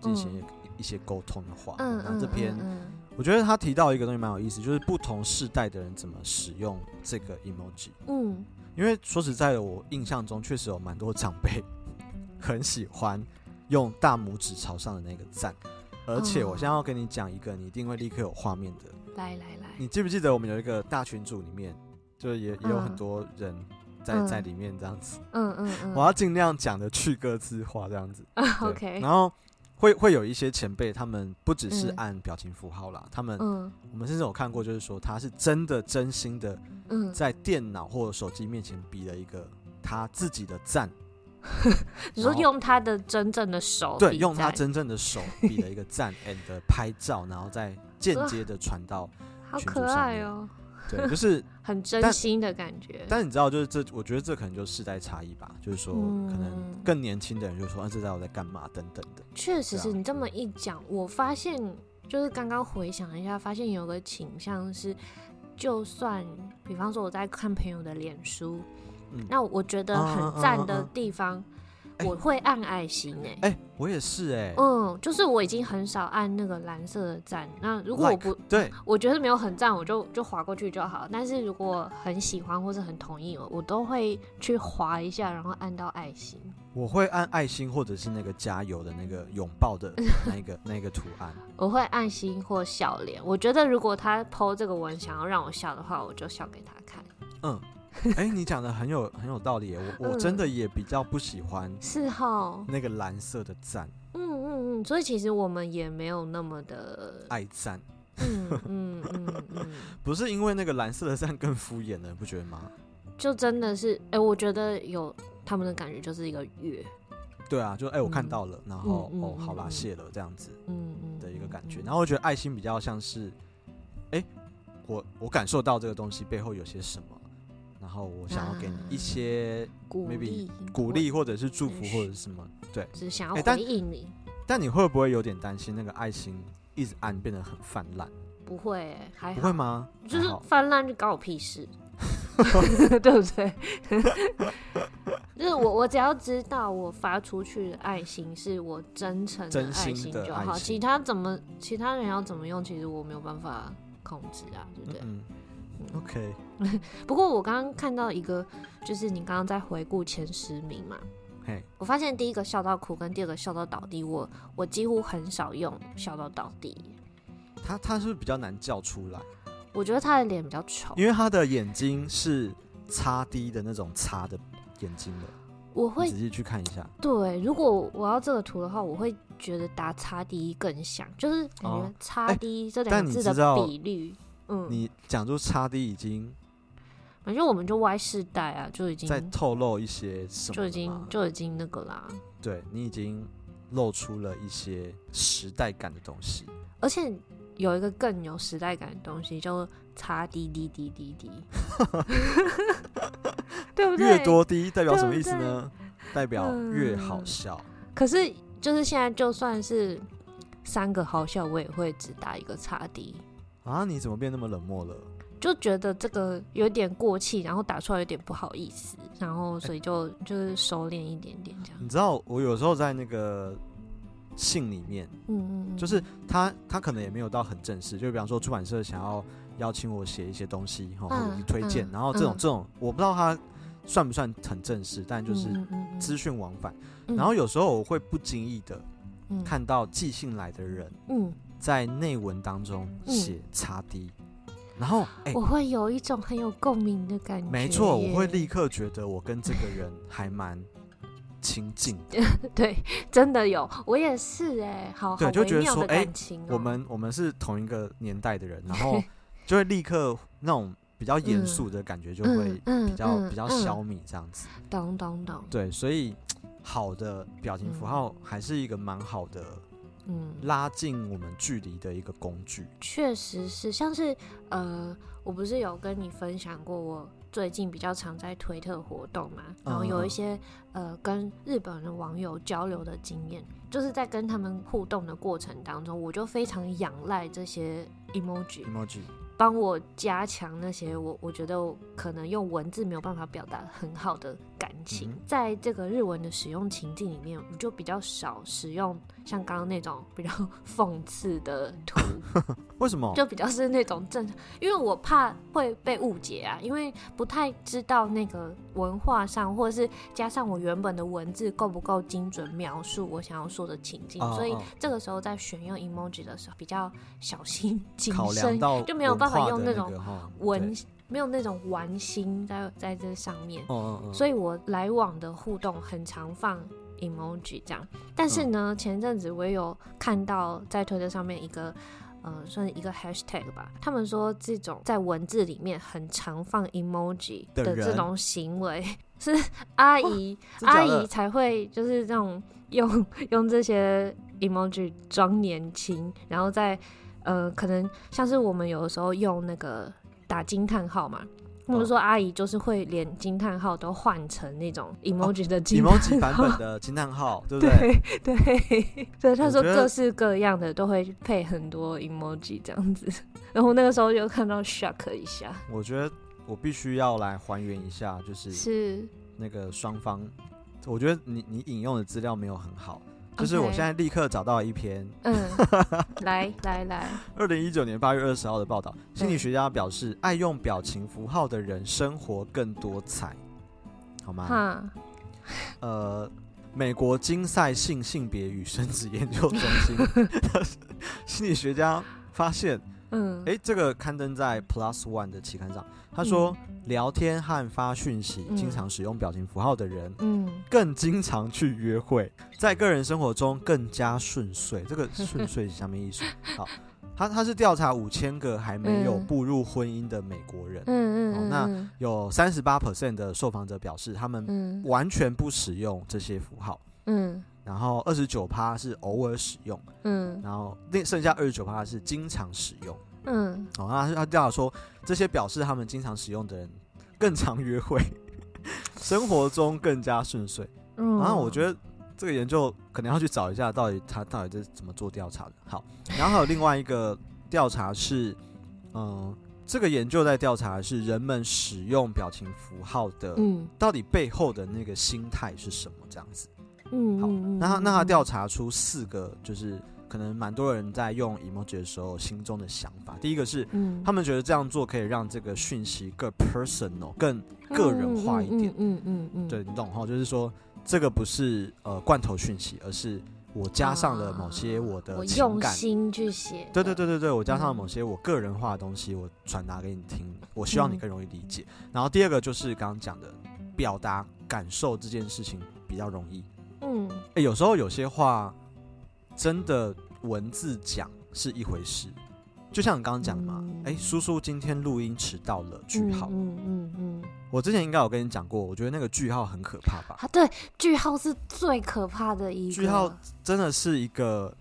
Speaker 2: 进行
Speaker 1: 嗯
Speaker 2: 一一些沟通的话，
Speaker 1: 嗯
Speaker 2: 那
Speaker 1: 嗯，
Speaker 2: 这篇
Speaker 1: 嗯嗯
Speaker 2: 我觉得他提到一个东西蛮有意思，就是不同世代的人怎么使用这个 emoji。
Speaker 1: 嗯
Speaker 2: 因为说实在的，我印象中确实有蛮多长辈 [laughs] 很喜欢用大拇指朝上的那个赞，而且
Speaker 1: 哦
Speaker 2: 我现在要跟你讲一个，你一定会立刻有画面的。
Speaker 1: 来来来，
Speaker 2: 你记不记得我们有一个大群组里面，就也也有很
Speaker 1: 嗯
Speaker 2: 多人在、在
Speaker 1: 嗯
Speaker 2: 里面这样子，
Speaker 1: 嗯嗯嗯，
Speaker 2: 我要尽量讲的去歌词化这样子。对
Speaker 1: OK，
Speaker 2: 然后会会有一些前辈，他们不只是
Speaker 1: 嗯
Speaker 2: 按表情符号啦，他们、
Speaker 1: 嗯
Speaker 2: 我们甚至有看过，就是说他是真的真心的
Speaker 1: 嗯，
Speaker 2: 在电脑或者手机面前比了一个他自己的赞，
Speaker 1: [laughs] 你说
Speaker 2: 然后
Speaker 1: 用他的真正的手
Speaker 2: 对，
Speaker 1: 比
Speaker 2: 用他
Speaker 1: 在
Speaker 2: 真正的手比了一个赞 [laughs] and 拍照，然后再间接的传
Speaker 1: [laughs]
Speaker 2: 到，
Speaker 1: 好
Speaker 2: 群
Speaker 1: 可
Speaker 2: 组上
Speaker 1: 爱
Speaker 2: 面
Speaker 1: 哦，
Speaker 2: 对，就是，
Speaker 1: 很真
Speaker 2: 但
Speaker 1: 心的感觉。
Speaker 2: 但你知道，就是这，我觉得这可能就是世代差异吧，就是说，可能
Speaker 1: 嗯
Speaker 2: 更年轻的人就说，啊，这代我在干嘛等等的，
Speaker 1: 确实
Speaker 2: 对啊
Speaker 1: 是你这么一讲，我发现就是刚刚回想一下，发现有个倾向是，就算比方说我在看朋友的脸书，
Speaker 2: 嗯
Speaker 1: 那我觉得
Speaker 2: 啊啊
Speaker 1: 很
Speaker 2: 啊
Speaker 1: 赞
Speaker 2: 啊
Speaker 1: 的
Speaker 2: 啊
Speaker 1: 地方，
Speaker 2: 哎
Speaker 1: 我会按爱心诶、
Speaker 2: 哎、我也是哎、
Speaker 1: 嗯，就是我已经很少按那个蓝色的赞。那如果我不
Speaker 2: Like，对，
Speaker 1: 我觉得没有很赞，我就就划过去就好。但是如果很喜欢或是很同意我，我都会去划一下，然后按到爱心。
Speaker 2: 我会按爱心或者是那个加油的那个拥抱
Speaker 1: [laughs]
Speaker 2: 的那一个那一个图案，
Speaker 1: 我会按心或笑脸。我觉得如果他 PO 这个文想要让我笑的话，我就笑给他看。
Speaker 2: 嗯，哎、你讲的很有很有道理耶，我我
Speaker 1: 嗯
Speaker 2: 真的也比较不喜欢
Speaker 1: 是哈，
Speaker 2: 那个蓝色的赞
Speaker 1: 嗯嗯嗯，所以其实我们也没有那么的，
Speaker 2: 爱赞，
Speaker 1: 嗯嗯嗯嗯，
Speaker 2: 不是因为那个蓝色的赞更敷衍了，你不觉得吗？
Speaker 1: 就真的是，哎、我觉得有他们的感觉就是一个月，
Speaker 2: 对啊，就哎、我看
Speaker 1: 嗯
Speaker 2: 到了，然后、
Speaker 1: 嗯嗯
Speaker 2: 哦，好
Speaker 1: 嗯
Speaker 2: 啦，
Speaker 1: 嗯
Speaker 2: 谢了这样子
Speaker 1: 嗯嗯
Speaker 2: 的一个感觉。
Speaker 1: 嗯
Speaker 2: 然后我觉得爱心比较像是，哎、我我感受到这个东西背后有些什么，然后我想要给你
Speaker 1: 啊
Speaker 2: 一些
Speaker 1: 鼓
Speaker 2: maybe
Speaker 1: 励
Speaker 2: 鼓，励或者是祝福
Speaker 1: 是
Speaker 2: 或者是什么。对，
Speaker 1: 我只想要
Speaker 2: 哎但
Speaker 1: 回应你，
Speaker 2: 但你会不会有点担心那个爱心一直按变得很泛滥？
Speaker 1: 不会、哎还
Speaker 2: 不
Speaker 1: 好
Speaker 2: 会。吗？
Speaker 1: 就
Speaker 2: 还
Speaker 1: 是
Speaker 2: 好
Speaker 1: 泛滥就搞我屁
Speaker 2: [laughs]
Speaker 1: 事，对不对？ [laughs] 就是我我只要知道我发出去的爱心是我真诚的
Speaker 2: 真
Speaker 1: 爱
Speaker 2: 心的
Speaker 1: 就
Speaker 2: 爱
Speaker 1: 好，
Speaker 2: 心
Speaker 1: 其他怎么其他人要怎么用，其实我没有办法控制啊，对不对？
Speaker 2: 嗯嗯，OK，
Speaker 1: 不过我刚刚看到一个，就是你刚刚在回顾前十名嘛，
Speaker 2: 嘿，
Speaker 1: 我发现第一个笑到哭跟第二个笑到倒地，我我几乎很少用笑到倒地，
Speaker 2: 他他是不是比较难叫出来，
Speaker 1: 我觉得他的脸比较丑，
Speaker 2: 因为他的眼睛是擦低的那种擦的眼睛的。
Speaker 1: 我
Speaker 2: 你
Speaker 1: 会
Speaker 2: 仔细去看一下，
Speaker 1: 对，如果我要这个图的话，我会觉得打叉 D 更像，就是感觉
Speaker 2: 哦
Speaker 1: 叉
Speaker 2: 哎
Speaker 1: D 这两
Speaker 2: 但
Speaker 1: 个
Speaker 2: 你
Speaker 1: 字
Speaker 2: 知道
Speaker 1: 的比率，嗯，
Speaker 2: 你讲出擦低已经
Speaker 1: 反正我们就 Y 世代啊，就已经
Speaker 2: 在透露一些什么
Speaker 1: 就
Speaker 2: 了
Speaker 1: 已经
Speaker 2: 吗
Speaker 1: 就已经那个啦。
Speaker 2: 对你已经露出了一些时代感的东西。
Speaker 1: 而且有一个更有时代感的东西，叫做叉 D D D D
Speaker 2: [laughs]
Speaker 1: D，对不对？
Speaker 2: 越多低代表什么意思
Speaker 1: 对
Speaker 2: 呢？代表越好
Speaker 1: 嗯
Speaker 2: 笑。
Speaker 1: 可是就是现在就算是三个好笑，我也会只打一个叉 D。
Speaker 2: 啊，你怎么变那么冷漠了？
Speaker 1: 就觉得这个有点过气，然后打出来有点不好意思，然后所以就、就是收敛一点点这样。
Speaker 2: 你知道我有时候在那个信里面，
Speaker 1: 嗯嗯，嗯
Speaker 2: 就是他他可能也没有到很正式，就比方说出版社想要邀请我写一些东西哈，或者是
Speaker 1: 嗯
Speaker 2: 推荐，
Speaker 1: 嗯
Speaker 2: 然后这种
Speaker 1: 嗯
Speaker 2: 这种我不知道他算不算很正式，但就是
Speaker 1: 嗯嗯嗯
Speaker 2: 资讯往返。
Speaker 1: 嗯
Speaker 2: 然后有时候我会不经意的
Speaker 1: 嗯
Speaker 2: 看到寄信来的人
Speaker 1: 嗯，
Speaker 2: 在内文当中写擦低，然后哎、
Speaker 1: 我会有一种很有共鸣的感觉耶。
Speaker 2: 没错，我会立刻觉得我跟这个人还蛮亲近的。
Speaker 1: 对， [laughs] 真的有，我也是哎，好
Speaker 2: 对
Speaker 1: 好
Speaker 2: 就
Speaker 1: 微
Speaker 2: 觉得
Speaker 1: 妙
Speaker 2: 说
Speaker 1: 的
Speaker 2: 哎
Speaker 1: 感情哦、
Speaker 2: 我们我们是同一个年代的人，然后
Speaker 1: [laughs]
Speaker 2: 就会立刻那种比较严肃的感觉就会
Speaker 1: 嗯
Speaker 2: 比较
Speaker 1: 嗯
Speaker 2: 比较
Speaker 1: 嗯
Speaker 2: 消弭这样子。
Speaker 1: 懂懂懂，
Speaker 2: 对，所以好的表情符
Speaker 1: 嗯
Speaker 2: 号还是一个蛮好的
Speaker 1: 嗯，
Speaker 2: 拉近我们距离的一个工具。
Speaker 1: 确实是，像是呃，我不是有跟你分享过我最近比较常在推特活动嘛，然后
Speaker 2: 嗯
Speaker 1: 有一
Speaker 2: 嗯
Speaker 1: 些呃跟日本的网友交流的经验，就是在跟他们互动的过程当中，我就非常仰赖这些 emoji
Speaker 2: emoji
Speaker 1: 帮我加强那些我我觉得我可能用文字没有办法表达很好的感情，
Speaker 2: 嗯哼
Speaker 1: 在这个日文的使用情境里面，我就比较少使用像刚刚那种比较 [laughs] 讽刺的图。
Speaker 2: 为什么？
Speaker 1: 就比较是那种正常，因为我怕会被误解啊，因为不太知道那个文化上，或者是加上我原本的文字够不够精准描述我想要说的情境，
Speaker 2: 哦
Speaker 1: 所以
Speaker 2: 哦
Speaker 1: 这个时候在选用 emoji 的时候比较小心谨
Speaker 2: 考量
Speaker 1: 慎，
Speaker 2: 到
Speaker 1: 就没有
Speaker 2: 文
Speaker 1: 办法
Speaker 2: 化
Speaker 1: 用
Speaker 2: 的
Speaker 1: 那种
Speaker 2: 个哈
Speaker 1: 玩
Speaker 2: 对
Speaker 1: 没有那种玩心在在这上面，
Speaker 2: 哦哦哦，
Speaker 1: 所以我来往的互动很常放 emoji 这样。但是
Speaker 2: 嗯
Speaker 1: 呢，前阵子我也有看到在推特上面一个。呃，算是一个 hashtag 吧。他们说这种在文字里面很常放 emoji
Speaker 2: 的
Speaker 1: 的这
Speaker 2: 人
Speaker 1: 种行为， [laughs] 是阿姨
Speaker 2: 真
Speaker 1: 阿
Speaker 2: 假的
Speaker 1: 姨才会就是这种用 [laughs] 用这些 emoji 装年轻，然后再呃，可能像是我们有的时候用那个打惊叹号嘛，或
Speaker 2: 嗯
Speaker 1: 者说阿姨就是会连惊叹号都换成那种 emoji 的惊叹
Speaker 2: 哦 emoji 版本的惊叹号，
Speaker 1: [laughs]
Speaker 2: 对不对？
Speaker 1: 对对， [laughs] 所以他
Speaker 2: 我
Speaker 1: 说
Speaker 2: 觉得
Speaker 1: 各式各样的都会配很多 emoji 这样子， [laughs] 然后那个时候就看到 shock 一下，
Speaker 2: 我觉得我必须要来还原一下，就是
Speaker 1: 是，
Speaker 2: 那个双方，我觉得你你引用的资料没有很好，就是我
Speaker 1: OK
Speaker 2: 现在立刻找到一篇 [laughs]
Speaker 1: 嗯，来来来，
Speaker 2: 二零一九年八月二十号的报道，心理
Speaker 1: 对
Speaker 2: 学家表示，爱用表情符号的人生活更多彩，好吗？
Speaker 1: 哈，
Speaker 2: 呃，美国金赛性性别与生殖研究中心
Speaker 1: [laughs]
Speaker 2: 的心理学家发现，
Speaker 1: 嗯，
Speaker 2: 诶，这个刊登在 Plus One 的期刊上，他说，聊天和发讯息
Speaker 1: 嗯
Speaker 2: 经常使用表情符号的人。
Speaker 1: 嗯，
Speaker 2: 更经常去约会，在个人生活中更加顺遂。
Speaker 1: [laughs]
Speaker 2: 这个顺遂是什么意思？好，他他是调查五千个还没有
Speaker 1: 嗯
Speaker 2: 步入婚姻的美国人，
Speaker 1: 嗯嗯
Speaker 2: 哦
Speaker 1: 嗯，
Speaker 2: 那
Speaker 1: 嗯
Speaker 2: 有三十八 percent 的受访者表示他们
Speaker 1: 嗯
Speaker 2: 完全不使用这些符号，
Speaker 1: 嗯
Speaker 2: 然后二十九趴是偶尔使用，
Speaker 1: 嗯
Speaker 2: 然后另剩下二十九趴是经常使用。
Speaker 1: 嗯，
Speaker 2: 哦，那他调查说，这些表示他们经常使用的人更常约会， [laughs] 生活中更加顺遂。
Speaker 1: 嗯
Speaker 2: 啊，我觉得这个研究可能要去找一下，到底他到底是怎么做调查的。好，然后还有另外一个调查是，嗯，这个研究在调查的是人们使用表情符号的、
Speaker 1: 嗯
Speaker 2: 到底背后的那个心态是什么这样子。
Speaker 1: 嗯，
Speaker 2: 好，
Speaker 1: 嗯
Speaker 2: 那他那他，
Speaker 1: 嗯
Speaker 2: 调查出四个，就是可能蛮多人在用 emoji 的时候心中的想法。第一个是。
Speaker 1: 嗯，
Speaker 2: 他们觉得这样做可以让这个讯息更 personal、更个人化一点，
Speaker 1: 嗯嗯嗯嗯，嗯
Speaker 2: 对，你懂哈，就是说这个不是呃罐头讯息，而是我加上了某些我
Speaker 1: 啊
Speaker 2: 的
Speaker 1: 我
Speaker 2: 情
Speaker 1: 用
Speaker 2: 感。
Speaker 1: 心去写，
Speaker 2: 对对，对对对，我加上了
Speaker 1: 嗯
Speaker 2: 某些我个人化的东西，我传达给你听，我希望你
Speaker 1: 嗯
Speaker 2: 更容易理解。然后第二个就是刚刚讲的，表达感受这件事情比较容易。
Speaker 1: 嗯
Speaker 2: 诶，有时候有些话真的文字讲是一回事，就像你刚刚讲的嘛，诶，
Speaker 1: 嗯
Speaker 2: 叔叔今天录音迟到了，句
Speaker 1: 嗯
Speaker 2: 号。
Speaker 1: 嗯嗯嗯。
Speaker 2: 我之前应该有跟你讲过，我觉得那个句号很可怕吧？
Speaker 1: 啊，对，句号是最可怕的一个，
Speaker 2: 句号真的是一个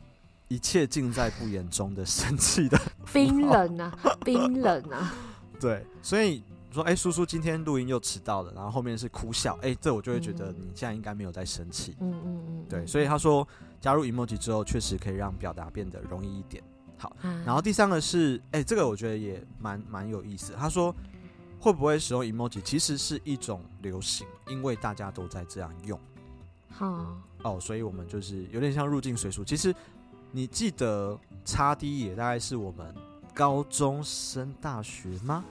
Speaker 2: 一切尽在不言中的生气的
Speaker 1: 冰冷啊， [laughs] 冰冷啊，
Speaker 2: 对，所以说，哎、叔叔今天录音又迟到了，然后后面是哭笑，哎、这我就会觉得
Speaker 1: 嗯
Speaker 2: 你现在应该没有在生气，
Speaker 1: 嗯嗯嗯，
Speaker 2: 对，所以他说加入 emoji 之后，确实可以让表达变得容易一点。
Speaker 1: 以
Speaker 2: 然后第三个是，哎、这个我觉得也蛮蛮有意思，他说。会不会使用 emoji 其实是一种流行，因为大家都在这样用。
Speaker 1: 好，
Speaker 2: 哦，所以我们就是有点像入境随俗。其实你记得差 D 也大概是我们高中升大学吗？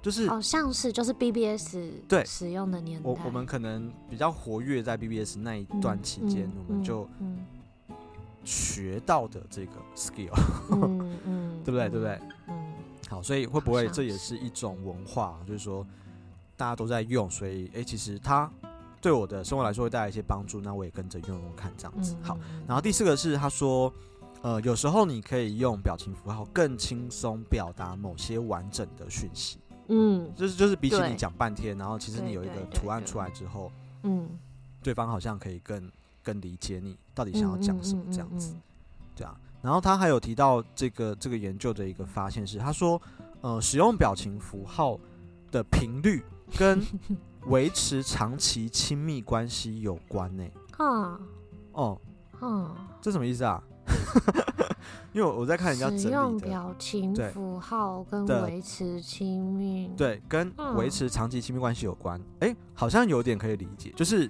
Speaker 2: 就是
Speaker 1: 好像是就是 BBS
Speaker 2: 对
Speaker 1: 使用的年代，
Speaker 2: 我我们可能比较活跃在 BBS 那一
Speaker 1: 嗯
Speaker 2: 段期间，
Speaker 1: 嗯
Speaker 2: 我们就
Speaker 1: 嗯
Speaker 2: 学到的这个 skill， [laughs]
Speaker 1: 嗯嗯，
Speaker 2: 对不对？对不对
Speaker 1: 嗯？？嗯，
Speaker 2: 好，所以会不
Speaker 1: 好
Speaker 2: 会
Speaker 1: 像
Speaker 2: 这也是一种文化？啊就是说大家都在用，所以诶，其实它对我的生活来说会带来一些帮助，那我也跟着用用看这样子。
Speaker 1: 嗯
Speaker 2: 好，，然后第四个是他说，呃，有时候你可以用表情符号更轻松表达某些完整的讯息，
Speaker 1: 嗯
Speaker 2: 就是就是比起
Speaker 1: 对
Speaker 2: 你讲半天，然后其实
Speaker 1: 对
Speaker 2: 你有一
Speaker 1: 对
Speaker 2: 个
Speaker 1: 对
Speaker 2: 图案
Speaker 1: 对
Speaker 2: 出来之后，
Speaker 1: 嗯，
Speaker 2: 对方好像可以更更理解你到底想要讲什么这样子，
Speaker 1: 嗯，
Speaker 2: 对啊。然后他还有提到这个这个研究的一个发现是，他说，呃，使用表情符号的频率跟维持长期亲密关系有关呢、
Speaker 1: 哈
Speaker 2: 哦，
Speaker 1: 哈，
Speaker 2: 这什么意思啊？因为我我在看人家
Speaker 1: 使
Speaker 2: 整
Speaker 1: 用
Speaker 2: 理的，
Speaker 1: 表情
Speaker 2: 对
Speaker 1: 符号跟
Speaker 2: 的
Speaker 1: 维持亲密，，
Speaker 2: 对，跟
Speaker 1: 嗯
Speaker 2: 维持长期亲密关系有关。诶，好像有点可以理解，就是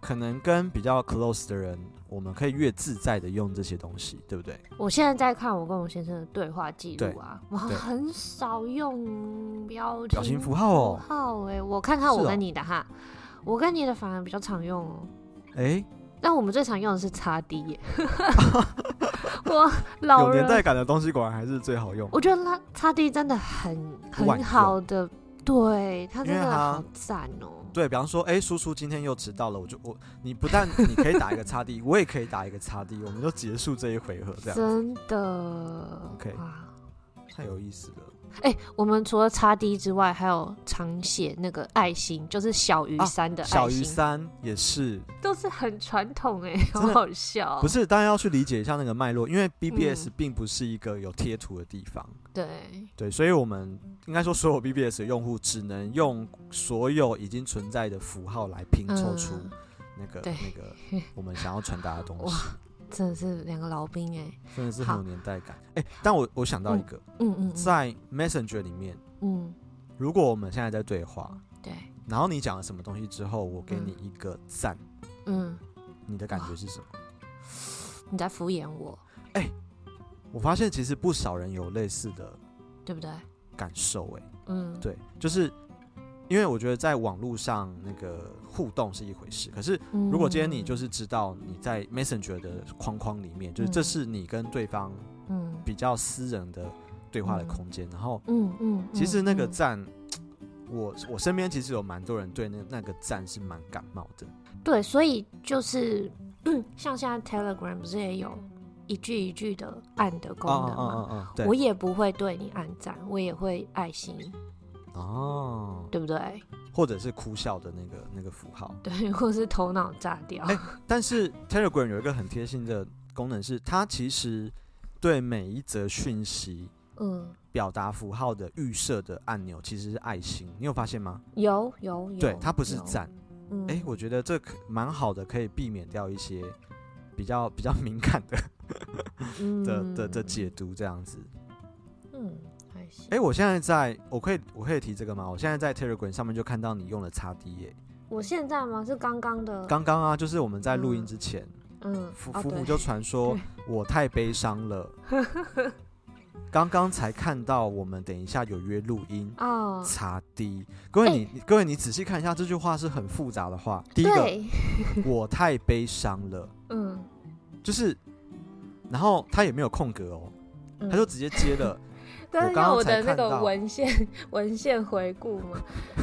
Speaker 2: 可能跟比较 close 的人，我们可以越自在的用这些东西，对不对？
Speaker 1: 我现在在看我跟我先生的对话记
Speaker 2: 对
Speaker 1: 录啊，我
Speaker 2: 对
Speaker 1: 很少用标
Speaker 2: 表情符号哦
Speaker 1: 号哎、我看看
Speaker 2: 是
Speaker 1: 我
Speaker 2: 哦
Speaker 1: 跟你的哈，我跟你的反而比较常用哦。
Speaker 2: 诶，
Speaker 1: 但我们最常用的是叉 D
Speaker 2: [laughs]
Speaker 1: 耶，我老
Speaker 2: 有年
Speaker 1: 人，啊
Speaker 2: 代感的东西果然还是最好用。
Speaker 1: 我觉得拉叉 D 真的很
Speaker 2: 晚
Speaker 1: 很
Speaker 2: 用
Speaker 1: 好的对他
Speaker 2: 因
Speaker 1: 真
Speaker 2: 为
Speaker 1: 的
Speaker 2: 他
Speaker 1: 好赞哦。
Speaker 2: 对，比方说，哎、叔叔今天又迟到了，我就我你不但你可以打一个擦地，我也可以打一个擦地，我们就结束这一回合，这样子
Speaker 1: 真的
Speaker 2: OK
Speaker 1: 哇！
Speaker 2: 太有意思了。
Speaker 1: 哎、我们除了擦 D 之外，还有常写那个爱心，就是小于
Speaker 2: 啊
Speaker 1: 三的爱心，
Speaker 2: 小于三也是，
Speaker 1: 都是很传统哎、好
Speaker 2: [laughs] 真的
Speaker 1: 好笑哦。
Speaker 2: 不是，当然要去理解一下那个脉络，因为 BBS
Speaker 1: 嗯
Speaker 2: 并不是一个有贴图的地方，
Speaker 1: 对，
Speaker 2: 对，所以我们应该说所有 BBS 用户只能用所有已经存在的符号来拼凑出
Speaker 1: 嗯
Speaker 2: 那个、
Speaker 1: 对
Speaker 2: 那个我们想要传达的东
Speaker 1: 哇
Speaker 2: 西，
Speaker 1: 真的是两个老兵哎、
Speaker 2: 真的是
Speaker 1: 好
Speaker 2: 很有年代感。哎、但我我想到一个，
Speaker 1: 嗯嗯，嗯
Speaker 2: 在 Messenger 里面，
Speaker 1: 嗯
Speaker 2: 如果我们现在在对话，
Speaker 1: 对，
Speaker 2: 然后你讲了什么东西之后，我给你一个赞，
Speaker 1: 嗯，
Speaker 2: 你的感觉是什么？
Speaker 1: 你在敷衍我，
Speaker 2: 我发现其实不少人有类似的
Speaker 1: 对不对？
Speaker 2: 感受、哎。
Speaker 1: 嗯，
Speaker 2: 对，就是因为我觉得在网络上那个互动是一回事，可是
Speaker 1: 嗯，
Speaker 2: 如果今天你就是知道你在 Messenger 的框框里面，就是这是你跟对方
Speaker 1: 嗯
Speaker 2: 比较私人的对话的空间，然后
Speaker 1: 嗯嗯，
Speaker 2: 其实
Speaker 1: 嗯
Speaker 2: 那个
Speaker 1: 嗯
Speaker 2: 赞。我我身边其实有蛮多人对那那个赞是蛮感冒的，
Speaker 1: 对，所以就是、嗯、像现在 Telegram 不是也有一句一句的按的功
Speaker 2: 哦
Speaker 1: 能吗？
Speaker 2: 哦哦，对
Speaker 1: 我，也不会对你按赞，我也会爱心，
Speaker 2: 哦，
Speaker 1: 对不对？ [laughs]
Speaker 2: 或者是哭笑的那个那个符号，
Speaker 1: 对，或是头脑炸掉。
Speaker 2: 哎但是 Telegram 有一个很贴心的功能是，它其实对每一则讯息
Speaker 1: 嗯，
Speaker 2: 表达符号的预设的按钮其实是爱心，你有发现吗？
Speaker 1: 有有有，
Speaker 2: 对，它不是
Speaker 1: 有。
Speaker 2: 赞。
Speaker 1: 嗯，
Speaker 2: 哎、我觉得这可蛮好的，可以避免掉一些比较比较敏感的的的的解读这样子。
Speaker 1: 嗯，还行。
Speaker 2: 哎、我现在在，我可以我可以提这个吗？我现在在 Telegram 上面就看到你用了叉 D 耶、
Speaker 1: 我现在吗？是刚刚的，
Speaker 2: 刚刚啊，就是我们在录音
Speaker 1: 嗯
Speaker 2: 之前，
Speaker 1: 呃嗯，
Speaker 2: 福
Speaker 1: 哦
Speaker 2: 福
Speaker 1: 对
Speaker 2: 母就传说
Speaker 1: 对
Speaker 2: 我太悲
Speaker 1: [laughs]
Speaker 2: 伤了，刚刚才看到我们等一下有约录音，
Speaker 1: 哦，
Speaker 2: 擦 D。各位
Speaker 1: 哎
Speaker 2: 你，各位你仔细看一下，这句话是很复杂的话。第一个，
Speaker 1: [laughs] 对，
Speaker 2: 我太悲伤了，
Speaker 1: 嗯，
Speaker 2: 就是，然后他也没有空格哦，
Speaker 1: 嗯
Speaker 2: 他就直接
Speaker 1: [laughs]
Speaker 2: 接了。
Speaker 1: 但
Speaker 2: 我
Speaker 1: 是
Speaker 2: 刚
Speaker 1: 要
Speaker 2: 刚
Speaker 1: 我
Speaker 2: 才
Speaker 1: 的那
Speaker 2: 看到
Speaker 1: 个文献文献回顾嘛，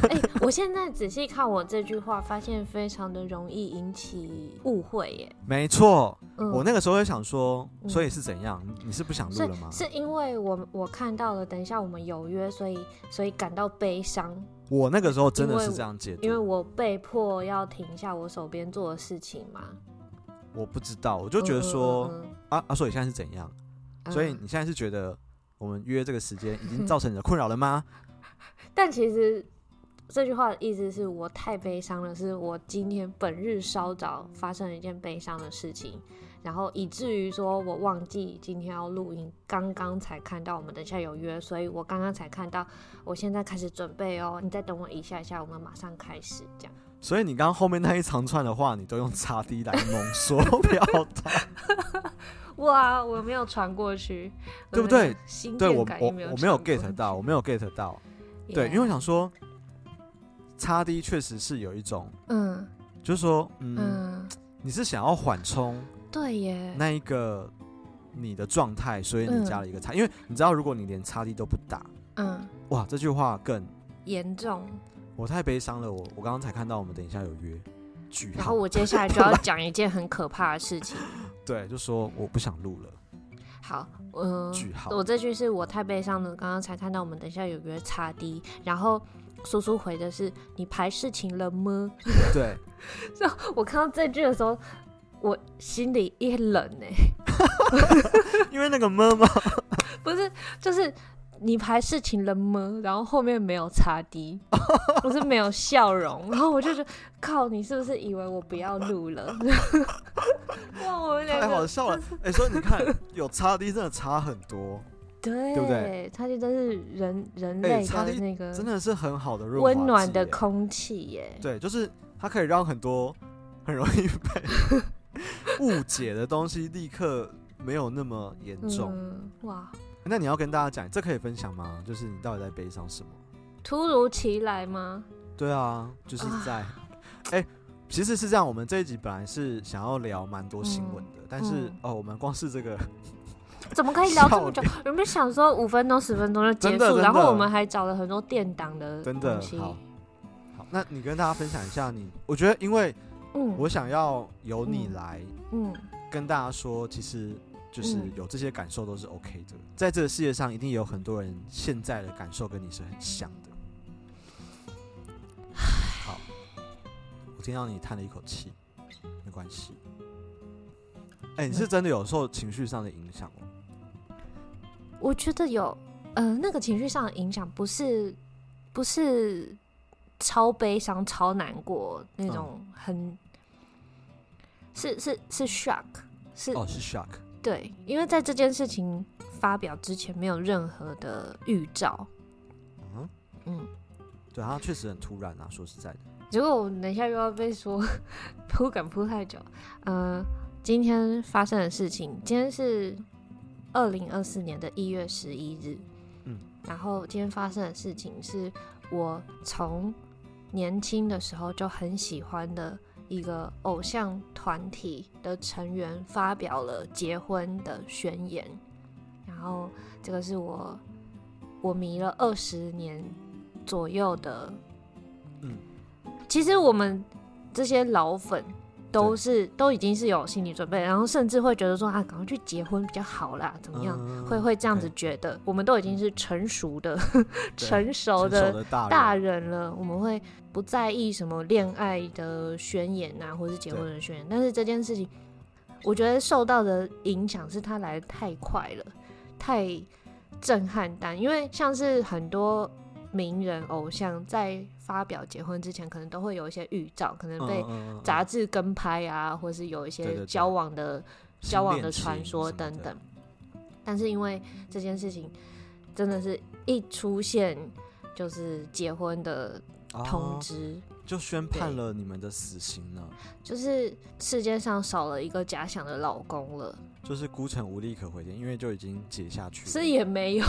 Speaker 1: 哎、我现在仔细看我这句话，发现非常的容易引起误会耶。
Speaker 2: 没错，
Speaker 1: 嗯，
Speaker 2: 我那个时候也想说，
Speaker 1: 嗯
Speaker 2: 所以是怎样？你是不想录
Speaker 1: 是
Speaker 2: 了吗？
Speaker 1: 是因为我我看到了，等一下我们有约，所以所以感到悲伤，
Speaker 2: 我那个时候真的
Speaker 1: 因为
Speaker 2: 是这样解
Speaker 1: 因为
Speaker 2: 读，
Speaker 1: 我被迫要停下我手边做的事情嘛，
Speaker 2: 我不知道，我就觉得
Speaker 1: 嗯
Speaker 2: 说，
Speaker 1: 嗯嗯
Speaker 2: 啊啊，所以现在是怎样？
Speaker 1: 嗯
Speaker 2: 所以
Speaker 1: 嗯
Speaker 2: 你现在是觉得我们约这个时间已经造成你的困扰
Speaker 1: [laughs]
Speaker 2: 了吗？
Speaker 1: 但其实这句话的意思是我太悲伤了，是我今天本日稍早发生了一件悲伤的事情，然后以至于说我忘记今天要录音，刚刚才看到我们等一下有约，所以我刚刚才看到，我现在开始准备哦，你再等我一下下，我们马上开始这样。
Speaker 2: 所以你刚刚后面那一长串的话，你都用叉 D 来浓缩表
Speaker 1: [laughs]
Speaker 2: [laughs] 达，
Speaker 1: 哇，我没有传过去，
Speaker 2: 对不对
Speaker 1: 我的心
Speaker 2: 对
Speaker 1: 电
Speaker 2: 我
Speaker 1: 感
Speaker 2: 我
Speaker 1: 应
Speaker 2: 我没
Speaker 1: 传
Speaker 2: 有
Speaker 1: 过
Speaker 2: get 到，我没有 get 到，
Speaker 1: 去
Speaker 2: 对，
Speaker 1: Yeah
Speaker 2: 因为我想说，叉 D 确实是有一种，
Speaker 1: 嗯
Speaker 2: 就是说，嗯，
Speaker 1: 嗯，
Speaker 2: 你是想要缓冲
Speaker 1: 对嗯耶，
Speaker 2: 那一个你的状态，所以你加了一个叉，因为你知道，如果你连叉 D 都不打，
Speaker 1: 嗯，
Speaker 2: 哇，这句话更
Speaker 1: 严重。
Speaker 2: 我太悲伤了，我我刚刚才看到我们等一下有约，句
Speaker 1: 然
Speaker 2: 号
Speaker 1: 后，我接下来就要讲一件很可怕的事情。
Speaker 2: 对，就说我不想录了，
Speaker 1: 好，嗯、
Speaker 2: 句号，
Speaker 1: 我这句是我太悲伤了，刚刚才看到我们等一下有约擦 D，然后苏苏回的是你排事情了吗？ [laughs]
Speaker 2: 对，
Speaker 1: 我看到这句的时候，我心里一冷哎、
Speaker 2: 因为那个么么，
Speaker 1: [laughs] 不是，就是你排事情了吗？然后后面没有擦 D，不是没有笑容，然后我就觉得靠，你是不是以为我不要录了？ [laughs] 哇，我们两
Speaker 2: 太
Speaker 1: 个 [laughs]
Speaker 2: 好笑了，哎、所以你看，有差 D 真的差很多，
Speaker 1: 对
Speaker 2: 对不对？
Speaker 1: 擦 D 真是人人
Speaker 2: 哎
Speaker 1: 类
Speaker 2: 擦
Speaker 1: 的
Speaker 2: D
Speaker 1: 那个
Speaker 2: 真的是很好的润滑
Speaker 1: 嗯
Speaker 2: 剂
Speaker 1: 温暖的
Speaker 2: 耶
Speaker 1: 空气耶、
Speaker 2: 对，就是它可以让很多很容易被
Speaker 1: [laughs]
Speaker 2: 误解的东西立刻没有那么严重。
Speaker 1: 嗯，哇，
Speaker 2: 那你要跟大家讲，这可以分享吗？就是你到底在悲伤什么？
Speaker 1: 突如其来吗？
Speaker 2: 对啊，就是在，哎、其实是这样，我们这一集本来是想要聊蛮多新闻的，但是、
Speaker 1: 嗯
Speaker 2: 哦，我们光是这个
Speaker 1: 怎么可以聊这么
Speaker 2: 笑
Speaker 1: 久
Speaker 2: 脸？
Speaker 1: 我们想说五分钟、十分钟就结
Speaker 2: 真的真
Speaker 1: 束，
Speaker 2: 的
Speaker 1: 然后我们还找了很多垫档的
Speaker 2: 真的
Speaker 1: 东西。
Speaker 2: 好。好，那你跟大家分享一下你，我觉得因为
Speaker 1: 嗯，
Speaker 2: 我想要由你
Speaker 1: 嗯
Speaker 2: 来
Speaker 1: 嗯
Speaker 2: 跟大家说，其实就是
Speaker 1: 嗯
Speaker 2: 有这些感受都是 OK 的，在这个世界上一定有很多人现在的感受跟你是很像的。好，我听到你叹了一口气，没关系。哎、
Speaker 1: 嗯
Speaker 2: 你是真的有受情绪上的影响哦。
Speaker 1: 我觉得有，呃，那个情绪上的影响不是不是超悲伤、超难过
Speaker 2: 嗯
Speaker 1: 那种很，是是是 shock，是、
Speaker 2: 哦，是 shock，
Speaker 1: 对，因为在这件事情发表之前没有任何的预兆，
Speaker 2: 嗯，
Speaker 1: 嗯，
Speaker 2: 对，他确实很突然啊。说实在的，
Speaker 1: 结果我等一下又要被说 [laughs] 铺梗铺太久，呃，今天发生的事情，今天是二零二四年的一月十一日，
Speaker 2: 嗯，
Speaker 1: 然后今天发生的事情是我从年轻的时候就很喜欢的一个偶像团体的成员发表了结婚的宣言，然后这个是我我迷了二十年左右的
Speaker 2: 嗯，
Speaker 1: 其实我们这些老粉都
Speaker 2: 对
Speaker 1: 是都已经是有心理准备，然后甚至会觉得说啊，赶快去结婚比较好啦，怎么样？
Speaker 2: 嗯
Speaker 1: 会会这样子
Speaker 2: OK，
Speaker 1: 觉得，我们都已经是成熟的、
Speaker 2: 嗯
Speaker 1: [laughs]
Speaker 2: 对
Speaker 1: 成熟
Speaker 2: 成
Speaker 1: 的
Speaker 2: 熟的大人
Speaker 1: 大人了，我们会不在意什么恋爱的宣言啊，或是结婚的宣言。但是这件事情，我觉得受到的影响是它来的太快了，太震撼弹。因为像是很多名人偶像在发表结婚之前，可能都会有一些预兆，可能被
Speaker 2: 嗯嗯嗯嗯
Speaker 1: 杂志跟拍啊，或是有一
Speaker 2: 对对
Speaker 1: 些
Speaker 2: 对
Speaker 1: 交往的
Speaker 2: 新
Speaker 1: 交往
Speaker 2: 恋
Speaker 1: 的
Speaker 2: 情
Speaker 1: 传说
Speaker 2: 什么
Speaker 1: 等
Speaker 2: 的
Speaker 1: 等。但是因为这件事情真的是一出现就是结婚的通
Speaker 2: 哦
Speaker 1: 知，
Speaker 2: 就宣判
Speaker 1: 对
Speaker 2: 了你们的死刑呢，
Speaker 1: 就是世界上少了一个假想的老公了，
Speaker 2: 就是孤城无力可回天，因为就已经解下去了。
Speaker 1: 是也没
Speaker 2: [laughs]
Speaker 1: 有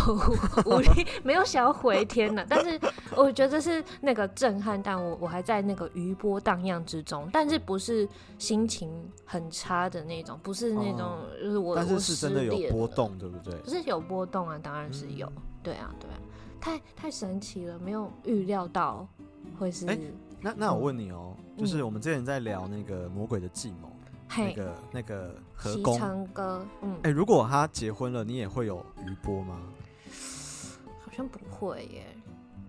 Speaker 1: 无力，没有想要回天了。但是我觉得是那个震撼，但我我还在那个余波荡漾之中，但是不是心情很差的那种，不是那种、
Speaker 2: 哦
Speaker 1: 就是我
Speaker 2: 但是
Speaker 1: 我
Speaker 2: 是
Speaker 1: 失
Speaker 2: 真的有
Speaker 1: 恋
Speaker 2: 波
Speaker 1: 了
Speaker 2: 动，对不对？
Speaker 1: 就是有波动啊，当然是有。
Speaker 2: 嗯
Speaker 1: 对啊，对啊，太太神奇了，没有预料到会是、
Speaker 2: 哎那那我问你哦，就是
Speaker 1: 嗯
Speaker 2: 我们之前在聊那个《魔鬼的计谋》那
Speaker 1: 嘿，
Speaker 2: 个那个和
Speaker 1: 西
Speaker 2: 宫，
Speaker 1: 城哥，嗯，
Speaker 2: 哎，如果他结婚了，你也会有余波吗？
Speaker 1: 好像不会耶。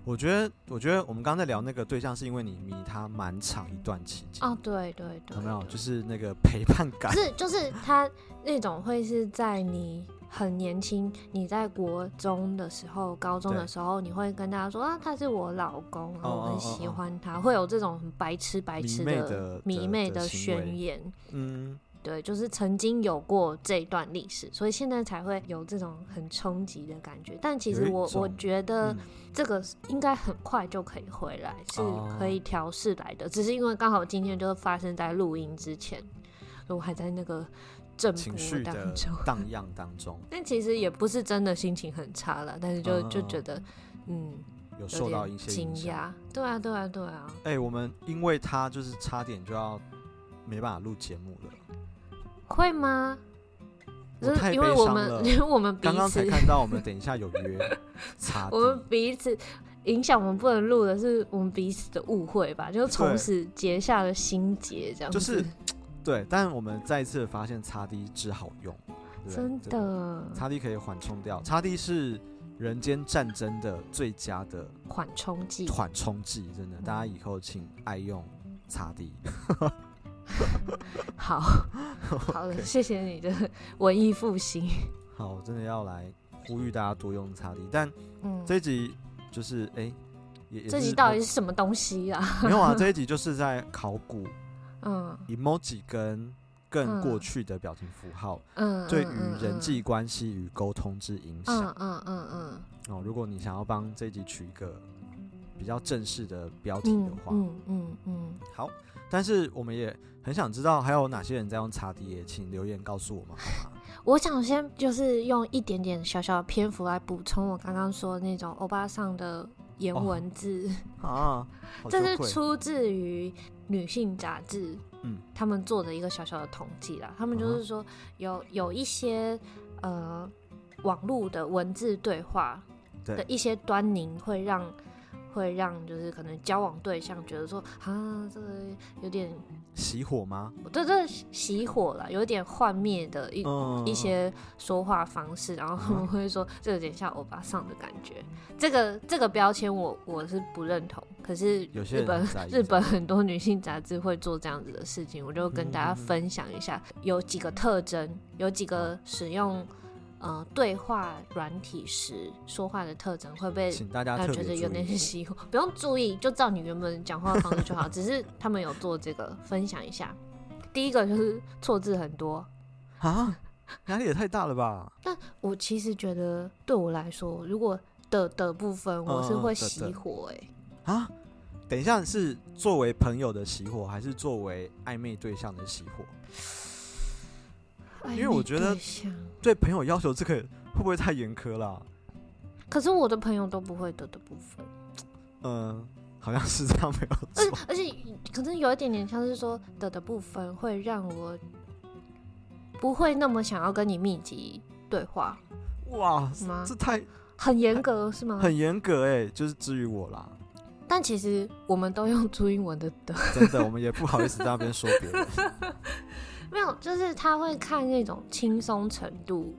Speaker 2: 我觉得，我觉得我们刚刚在聊那个对象，是因为你迷他蛮长一段期间，
Speaker 1: 哦，对对对，
Speaker 2: 有没有？
Speaker 1: 对
Speaker 2: 就是那个陪伴感
Speaker 1: 不，是就是他那种会是在你很年轻，你在国中的时候、高中的
Speaker 2: 对
Speaker 1: 时候，你会跟大家说啊，他是我老公，然后我
Speaker 2: 哦哦
Speaker 1: 很
Speaker 2: 哦
Speaker 1: 喜
Speaker 2: 哦
Speaker 1: 欢他，会有这种很白痴白
Speaker 2: 迷
Speaker 1: 痴
Speaker 2: 妹的
Speaker 1: 迷
Speaker 2: 的
Speaker 1: 妹
Speaker 2: 的
Speaker 1: 的
Speaker 2: 行为
Speaker 1: 宣言。
Speaker 2: 嗯，
Speaker 1: 对，就是曾经有过这一段历史，所以现在才会有这种很冲击的感觉。但其
Speaker 2: 有
Speaker 1: 实
Speaker 2: 一
Speaker 1: 我我
Speaker 2: 种
Speaker 1: 觉得
Speaker 2: 嗯
Speaker 1: 这个应该很快就可以回来，是
Speaker 2: 哦
Speaker 1: 可以调试来的。只是因为刚好今天就是发生在录音之前，我还在那个震
Speaker 2: 情
Speaker 1: 波
Speaker 2: 绪
Speaker 1: 当
Speaker 2: 的
Speaker 1: 中。
Speaker 2: 荡漾当中，
Speaker 1: 但其实也不是真的心情很差了，但是就就觉
Speaker 2: 嗯
Speaker 1: 得嗯
Speaker 2: 有
Speaker 1: 有
Speaker 2: 受到一
Speaker 1: 点
Speaker 2: 些
Speaker 1: 惊
Speaker 2: 影响。
Speaker 1: 讶。对啊，对啊，对啊。
Speaker 2: 哎、我们因为他就是差点就要没办法录节目了，
Speaker 1: 会吗？
Speaker 2: 我
Speaker 1: 就是
Speaker 2: 太
Speaker 1: 因为
Speaker 2: 悲
Speaker 1: 我
Speaker 2: 伤
Speaker 1: 们 [laughs]
Speaker 2: 了
Speaker 1: 因为我们彼
Speaker 2: 刚刚
Speaker 1: 此
Speaker 2: 才看到我们等一下有
Speaker 1: [laughs]
Speaker 2: 约，差
Speaker 1: 我
Speaker 2: 点
Speaker 1: 们彼此影响我们不能录的是我们彼此的误会吧，就从此结下了心结，这样子
Speaker 2: 就是对，但我们再一次发现叉 D 只好用，对不对
Speaker 1: 真
Speaker 2: 这个
Speaker 1: 的
Speaker 2: 叉 D 可以缓冲掉，叉 D 是人间战争的最佳的
Speaker 1: 缓冲剂。
Speaker 2: 缓冲剂，真的，大家以后请爱用叉 D。 [laughs]
Speaker 1: 好好的，
Speaker 2: OK
Speaker 1: 谢谢你的 [laughs] 文艺复
Speaker 2: [laughs]
Speaker 1: 兴。
Speaker 2: [laughs] 好，我真的要来呼吁大家多用叉 D，但
Speaker 1: 嗯，
Speaker 2: 这一集就是哎、也也
Speaker 1: 这集
Speaker 2: 是
Speaker 1: 到底是什么东西啊？
Speaker 2: 没有啊，这一集就是在考古。
Speaker 1: 嗯
Speaker 2: emoji 跟
Speaker 1: 嗯
Speaker 2: 更过去的表情符号、
Speaker 1: 嗯，
Speaker 2: 对
Speaker 1: 嗯
Speaker 2: 于人。际关系与沟通之影响、
Speaker 1: 嗯嗯嗯嗯
Speaker 2: 哦。如果你想要帮这一集取一个比较正式的标题
Speaker 1: 嗯
Speaker 2: 的话，
Speaker 1: 嗯嗯嗯，
Speaker 2: 好。但是我们也很想知道还有哪些人在用叉 D，也请留言告诉我们好
Speaker 1: [laughs]
Speaker 2: 吗？
Speaker 1: 我想先就是用一点点小小的篇幅来补充我刚刚说那种欧巴桑的言
Speaker 2: 哦
Speaker 1: 文字。
Speaker 2: 啊，好
Speaker 1: 这是
Speaker 2: 羞愧
Speaker 1: 出自于女性杂志
Speaker 2: 嗯
Speaker 1: 他们做的一个小小的统计啦。他们就
Speaker 2: 嗯
Speaker 1: 是说有有一些呃网络的文字对话
Speaker 2: 对
Speaker 1: 的一些端倪，会让会让就是可能交往对象觉得说啊，这个有点
Speaker 2: 熄火吗？
Speaker 1: 对这熄火了，有点幻灭的一
Speaker 2: 嗯，
Speaker 1: 一些说话方式，然后他们会说这有点像欧巴桑的感觉。这个这个标签我我是不认同，可是
Speaker 2: 有些
Speaker 1: 日
Speaker 2: 人很
Speaker 1: 本
Speaker 2: 在意
Speaker 1: 日本
Speaker 2: 这个
Speaker 1: 很多女性杂志会做这样子的事情，我就跟大
Speaker 2: 嗯
Speaker 1: 家分享一下，有几个特征，有几个使用呃对话软体时说话的特征会被。
Speaker 2: 请大家
Speaker 1: 他
Speaker 2: 特
Speaker 1: 觉
Speaker 2: 别
Speaker 1: 得有
Speaker 2: 注
Speaker 1: 点
Speaker 2: 意。
Speaker 1: 熄火，不用注意，就照你原本讲话的方式就好。只是他们有做这个分享一下，第一个就是错字很多，
Speaker 2: 啊，压力也太大了吧？
Speaker 1: 我其实觉得对我来说，如果的的部分，我是
Speaker 2: 嗯嗯
Speaker 1: 会
Speaker 2: 的的
Speaker 1: 熄火哎、
Speaker 2: 啊，等一下是作为朋友的熄火，还是作为暧昧对象的熄火？
Speaker 1: 暧
Speaker 2: 因为我
Speaker 1: 昧
Speaker 2: 觉得
Speaker 1: 对象，
Speaker 2: 对朋友要求这个会不会太严苛啦？
Speaker 1: 可是我的朋友都不会的的部分，
Speaker 2: 嗯，好像是这样没有
Speaker 1: 而
Speaker 2: 错。
Speaker 1: 而且可能有一点点像是说的的部分会让我不会那么想要跟你密集对话
Speaker 2: 哇，
Speaker 1: 嗯吗？嗯
Speaker 2: 这太
Speaker 1: 很严格是吗？
Speaker 2: 很严格哎、就是至于我啦，
Speaker 1: 但其实我们都用朱英文的的，
Speaker 2: [laughs] 真的，我们也不好意思在那边说
Speaker 1: [laughs]
Speaker 2: 别人。
Speaker 1: 没有，就是他会看那种轻松程度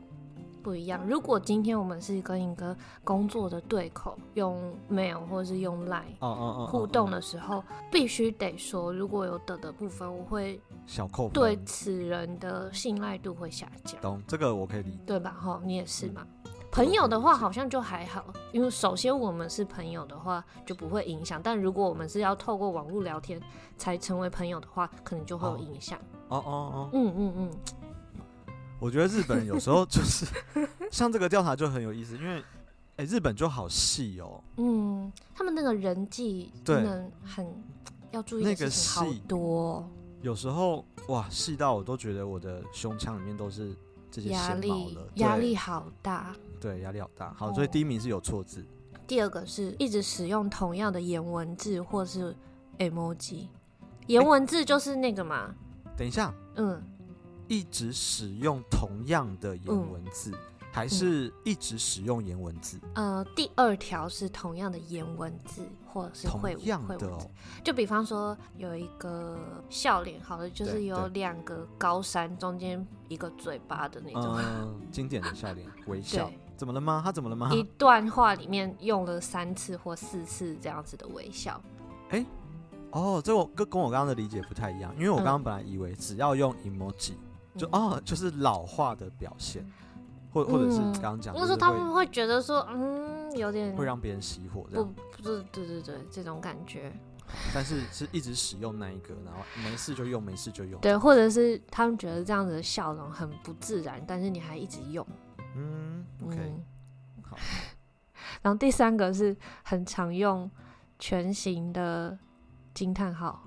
Speaker 1: 不一样。如果今天我们是跟一个工作的对口用 mail 或是用 line
Speaker 2: 哦哦哦，
Speaker 1: 互动的时候，必须得说，如果有的的部分，我会
Speaker 2: 小扣分
Speaker 1: 对此人的信赖度会下降，
Speaker 2: 懂这个我可以理解。
Speaker 1: 对吧？哈，你也是嘛。
Speaker 2: 嗯对
Speaker 1: 朋友的
Speaker 2: 我
Speaker 1: 话
Speaker 2: 可以理解
Speaker 1: 好像就还好，因为首先我们是朋友的话就不会影响，但如果我们是要透过网络聊天才成为朋友的话，可能就会有
Speaker 2: 哦
Speaker 1: 影响。
Speaker 2: 哦哦
Speaker 1: 嗯嗯嗯，
Speaker 2: 哦，我觉得日本人有时候就是
Speaker 1: [laughs]
Speaker 2: 像这个调查就很有意思，因为哎、日本就好细哦，
Speaker 1: 嗯，他们那个人际
Speaker 2: 对
Speaker 1: 真的很要注意
Speaker 2: 那
Speaker 1: 的
Speaker 2: 个
Speaker 1: 事情好
Speaker 2: 戏
Speaker 1: 多哦、
Speaker 2: 有时候哇细到我都觉得我的胸腔里面都是这些
Speaker 1: 压
Speaker 2: 纤毛
Speaker 1: 力
Speaker 2: 了，
Speaker 1: 压
Speaker 2: 对
Speaker 1: 力哦好大。
Speaker 2: 对压力好大。好，所以第一名是有错字，
Speaker 1: 第二个是一直使用同样的颜文字或是
Speaker 2: 哎
Speaker 1: emoji，颜文字就是那个嘛，
Speaker 2: 等一下
Speaker 1: 嗯，
Speaker 2: 一直使用同样的
Speaker 1: 嗯
Speaker 2: 颜文字，还是一直使用颜文字？
Speaker 1: 呃，第二条是同样的颜文字或是
Speaker 2: 同
Speaker 1: 会
Speaker 2: 样
Speaker 1: 会
Speaker 2: 的
Speaker 1: 文字
Speaker 2: 哦，，
Speaker 1: 就比方说有一个笑脸，好了，就
Speaker 2: 对
Speaker 1: 是有
Speaker 2: 对
Speaker 1: 两个高山中间一个嘴巴的那种。 [laughs]
Speaker 2: 嗯，经典的笑脸微笑啊
Speaker 1: 对，
Speaker 2: 怎么了吗？他怎么了吗？
Speaker 1: 一段话里面用了三次或四次这样子的微笑，
Speaker 2: 哦，这我跟跟我刚刚的理解不太一样，因为我
Speaker 1: 嗯
Speaker 2: 刚刚本来以为只要用 emoji 就、
Speaker 1: 嗯，
Speaker 2: 哦，就是老化的表现，或或者是
Speaker 1: 嗯
Speaker 2: 刚刚讲，
Speaker 1: 那
Speaker 2: 就
Speaker 1: 时
Speaker 2: 是
Speaker 1: 候他
Speaker 2: 会
Speaker 1: 们会觉得说，嗯，有点
Speaker 2: 会让别人熄火这
Speaker 1: 不
Speaker 2: 样，
Speaker 1: 不是对对对这种感觉，
Speaker 2: 但是是一直使用那一个，然后没事就用，没事就用，
Speaker 1: 对，或者是他们觉得这样子的笑容很不自然，但是你还一直用，
Speaker 2: 嗯，OK，
Speaker 1: [laughs] 嗯，
Speaker 2: 好。
Speaker 1: 然后第三个是很常用全形的惊叹号，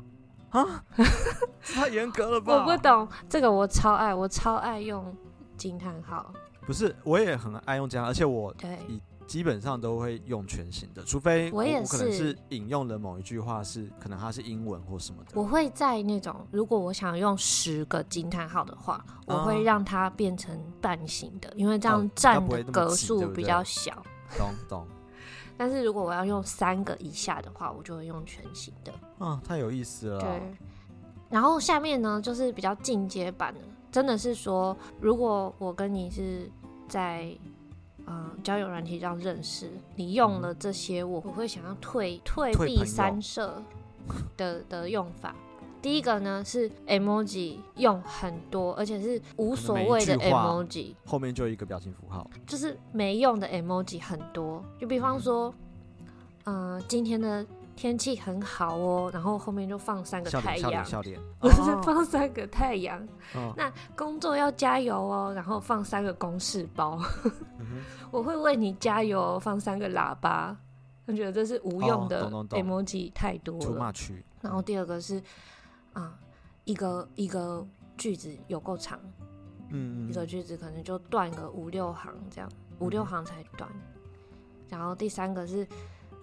Speaker 2: [laughs] 太严格了
Speaker 1: 我
Speaker 2: 吧？
Speaker 1: 不懂这个，我超爱，我超爱用惊叹号，
Speaker 2: 不是，我也很爱用这样，而且我
Speaker 1: 对，
Speaker 2: 基本上都会用全形的，除非
Speaker 1: 我
Speaker 2: 我
Speaker 1: 也
Speaker 2: 可能
Speaker 1: 是
Speaker 2: 是引用了某一句话是，可能它是英文或什么的。
Speaker 1: 我会在那种如果我想用十个惊叹号的话，我
Speaker 2: 哦
Speaker 1: 会让它变成半形的，因为这样
Speaker 2: 哦它
Speaker 1: 占
Speaker 2: 不会
Speaker 1: 的
Speaker 2: 那么
Speaker 1: 格
Speaker 2: 挤
Speaker 1: 数
Speaker 2: 对不
Speaker 1: 比
Speaker 2: 对
Speaker 1: 较小。
Speaker 2: 懂懂，
Speaker 1: 但是如果我要用三个以下的话，我就会用全形的。
Speaker 2: 啊，太有意思了啊。
Speaker 1: 对。然后下面呢，就是比较进阶版的，真的是说，如果我跟你是在嗯交友软体上认识，你用了这些，我我会想要退退
Speaker 2: 嗯退
Speaker 1: 避
Speaker 2: 朋友
Speaker 1: 三舍的的用法。第一个呢是 emoji 用很多，而且是无所谓的
Speaker 2: 可能每一句话
Speaker 1: emoji，
Speaker 2: 后面就一个表情符号，
Speaker 1: 就是没用的 emoji 很多。就比方说，嗯、今天的天气很好哦，然后后面就放三个
Speaker 2: 笑
Speaker 1: 太
Speaker 2: 脸，
Speaker 1: 阳
Speaker 2: 笑脸，，笑
Speaker 1: [laughs]
Speaker 2: 脸。
Speaker 1: 不是
Speaker 2: 哦
Speaker 1: 放三个太阳， [laughs]
Speaker 2: 哦
Speaker 1: 工作要加油哦，然后放三个公事包， [laughs]
Speaker 2: 嗯
Speaker 1: 我会为你加油哦，放三个喇叭。我觉得这是无用
Speaker 2: 哦
Speaker 1: 的
Speaker 2: 懂懂懂
Speaker 1: emoji 太多
Speaker 2: 哼，出
Speaker 1: 了。
Speaker 2: 骂区。
Speaker 1: 然后第二个是啊、一个一个句子有够长，
Speaker 2: 嗯
Speaker 1: 一个句子可能就断个五六行这样，五六行才断。然后第三个是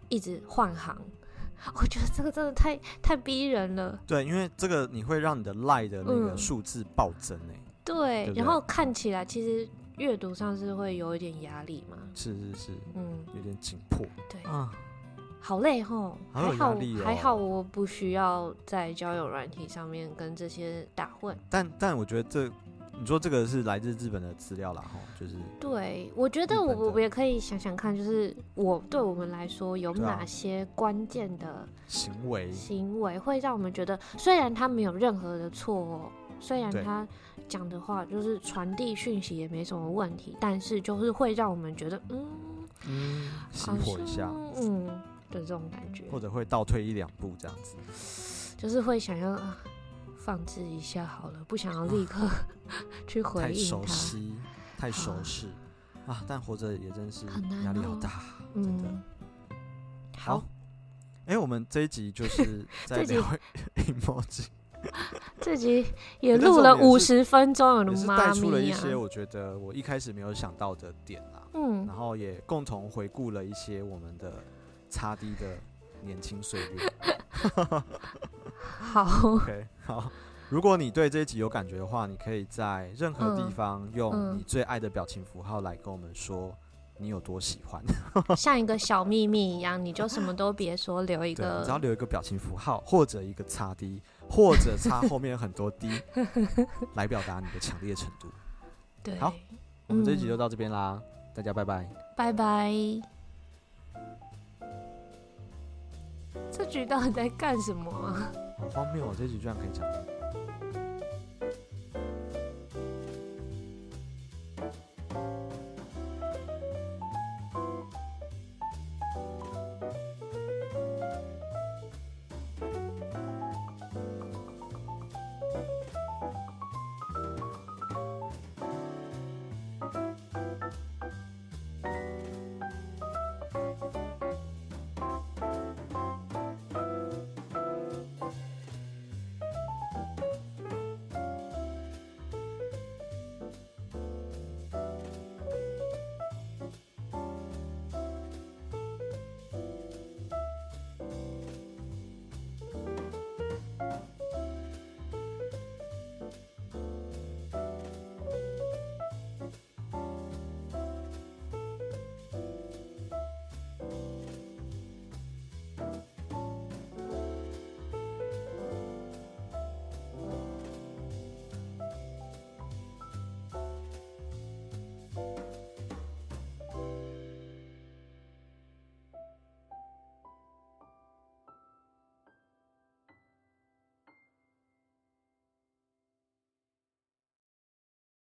Speaker 1: 一直换行， [laughs] 我觉得这个真的太太逼人了。
Speaker 2: 对，因为这个你会让你的赖的那个
Speaker 1: 嗯
Speaker 2: 数字暴增欸诶、
Speaker 1: 对，
Speaker 2: 对不对
Speaker 1: 然后看起来其实阅读上是会有一点压力嘛。
Speaker 2: 是是是，
Speaker 1: 嗯，
Speaker 2: 有点紧迫
Speaker 1: 对，
Speaker 2: 啊。
Speaker 1: 好累吼，
Speaker 2: 好有
Speaker 1: 还好
Speaker 2: 压力哦
Speaker 1: 还好我不需要在交友软体上面跟这些打混。
Speaker 2: 但但我觉得这，你说这个是来自日本的资料啦，哈，就是
Speaker 1: 对，我觉
Speaker 2: 日
Speaker 1: 得
Speaker 2: 本
Speaker 1: 我
Speaker 2: 的
Speaker 1: 我也可以想想看，就是我对我们来说有
Speaker 2: 对啊
Speaker 1: 哪些关键的
Speaker 2: 行为，
Speaker 1: 行为会让我们觉得，虽然他没有任何的错哦，虽然
Speaker 2: 对
Speaker 1: 他讲的话就是传递讯息也没什么问题，但是就是会让我们觉得，嗯，
Speaker 2: 嗯，熄
Speaker 1: 好
Speaker 2: 火一下
Speaker 1: 像，嗯的这种感觉，
Speaker 2: 或者会倒退一两步这样子。
Speaker 1: 就是会想要、啊、放置一下好了，不想要立刻 [laughs] 去回
Speaker 2: 啊太
Speaker 1: 应
Speaker 2: 熟
Speaker 1: 他。
Speaker 2: 悉，太熟
Speaker 1: 啊
Speaker 2: 悉啊！但活着也真是
Speaker 1: 很难
Speaker 2: 压力好
Speaker 1: 哦
Speaker 2: 大，真的
Speaker 1: 嗯。，好，
Speaker 2: 哎、我们这一集
Speaker 1: [laughs]
Speaker 2: 就是
Speaker 1: 这
Speaker 2: 在
Speaker 1: 集
Speaker 2: 聊 [laughs] emoji，
Speaker 1: 这集也
Speaker 2: 但是
Speaker 1: 录
Speaker 2: 我
Speaker 1: 了
Speaker 2: 们也
Speaker 1: 五
Speaker 2: 是
Speaker 1: 十分钟，我的
Speaker 2: 也是带
Speaker 1: 妈
Speaker 2: 出了
Speaker 1: 咪
Speaker 2: 一
Speaker 1: 呀、
Speaker 2: 些我觉得我一开始没有想到的点啦，
Speaker 1: 嗯
Speaker 2: 然，后也共同回顾了一些我们的擦 D 的年轻岁月。啊
Speaker 1: 好，
Speaker 2: [laughs] OK，好。如果你对这一集有感觉的话，你可以在任何地
Speaker 1: 嗯
Speaker 2: 方用
Speaker 1: 嗯
Speaker 2: 你最爱的表情符号来跟我们说你有多喜欢。
Speaker 1: 像一个小秘密一样，你就什么都别说，留一
Speaker 2: 对，你
Speaker 1: 个
Speaker 2: 只要留一个表情符号，或者一个擦 D，或者擦后面很多 [laughs] D，来表达你的强烈程度。
Speaker 1: 对，
Speaker 2: 好我们这一集
Speaker 1: 嗯
Speaker 2: 就到这边啦，大家拜拜。
Speaker 1: 拜拜。这局到底在干什么啊？啊
Speaker 2: 好荒谬哦，这一集居然可以讲。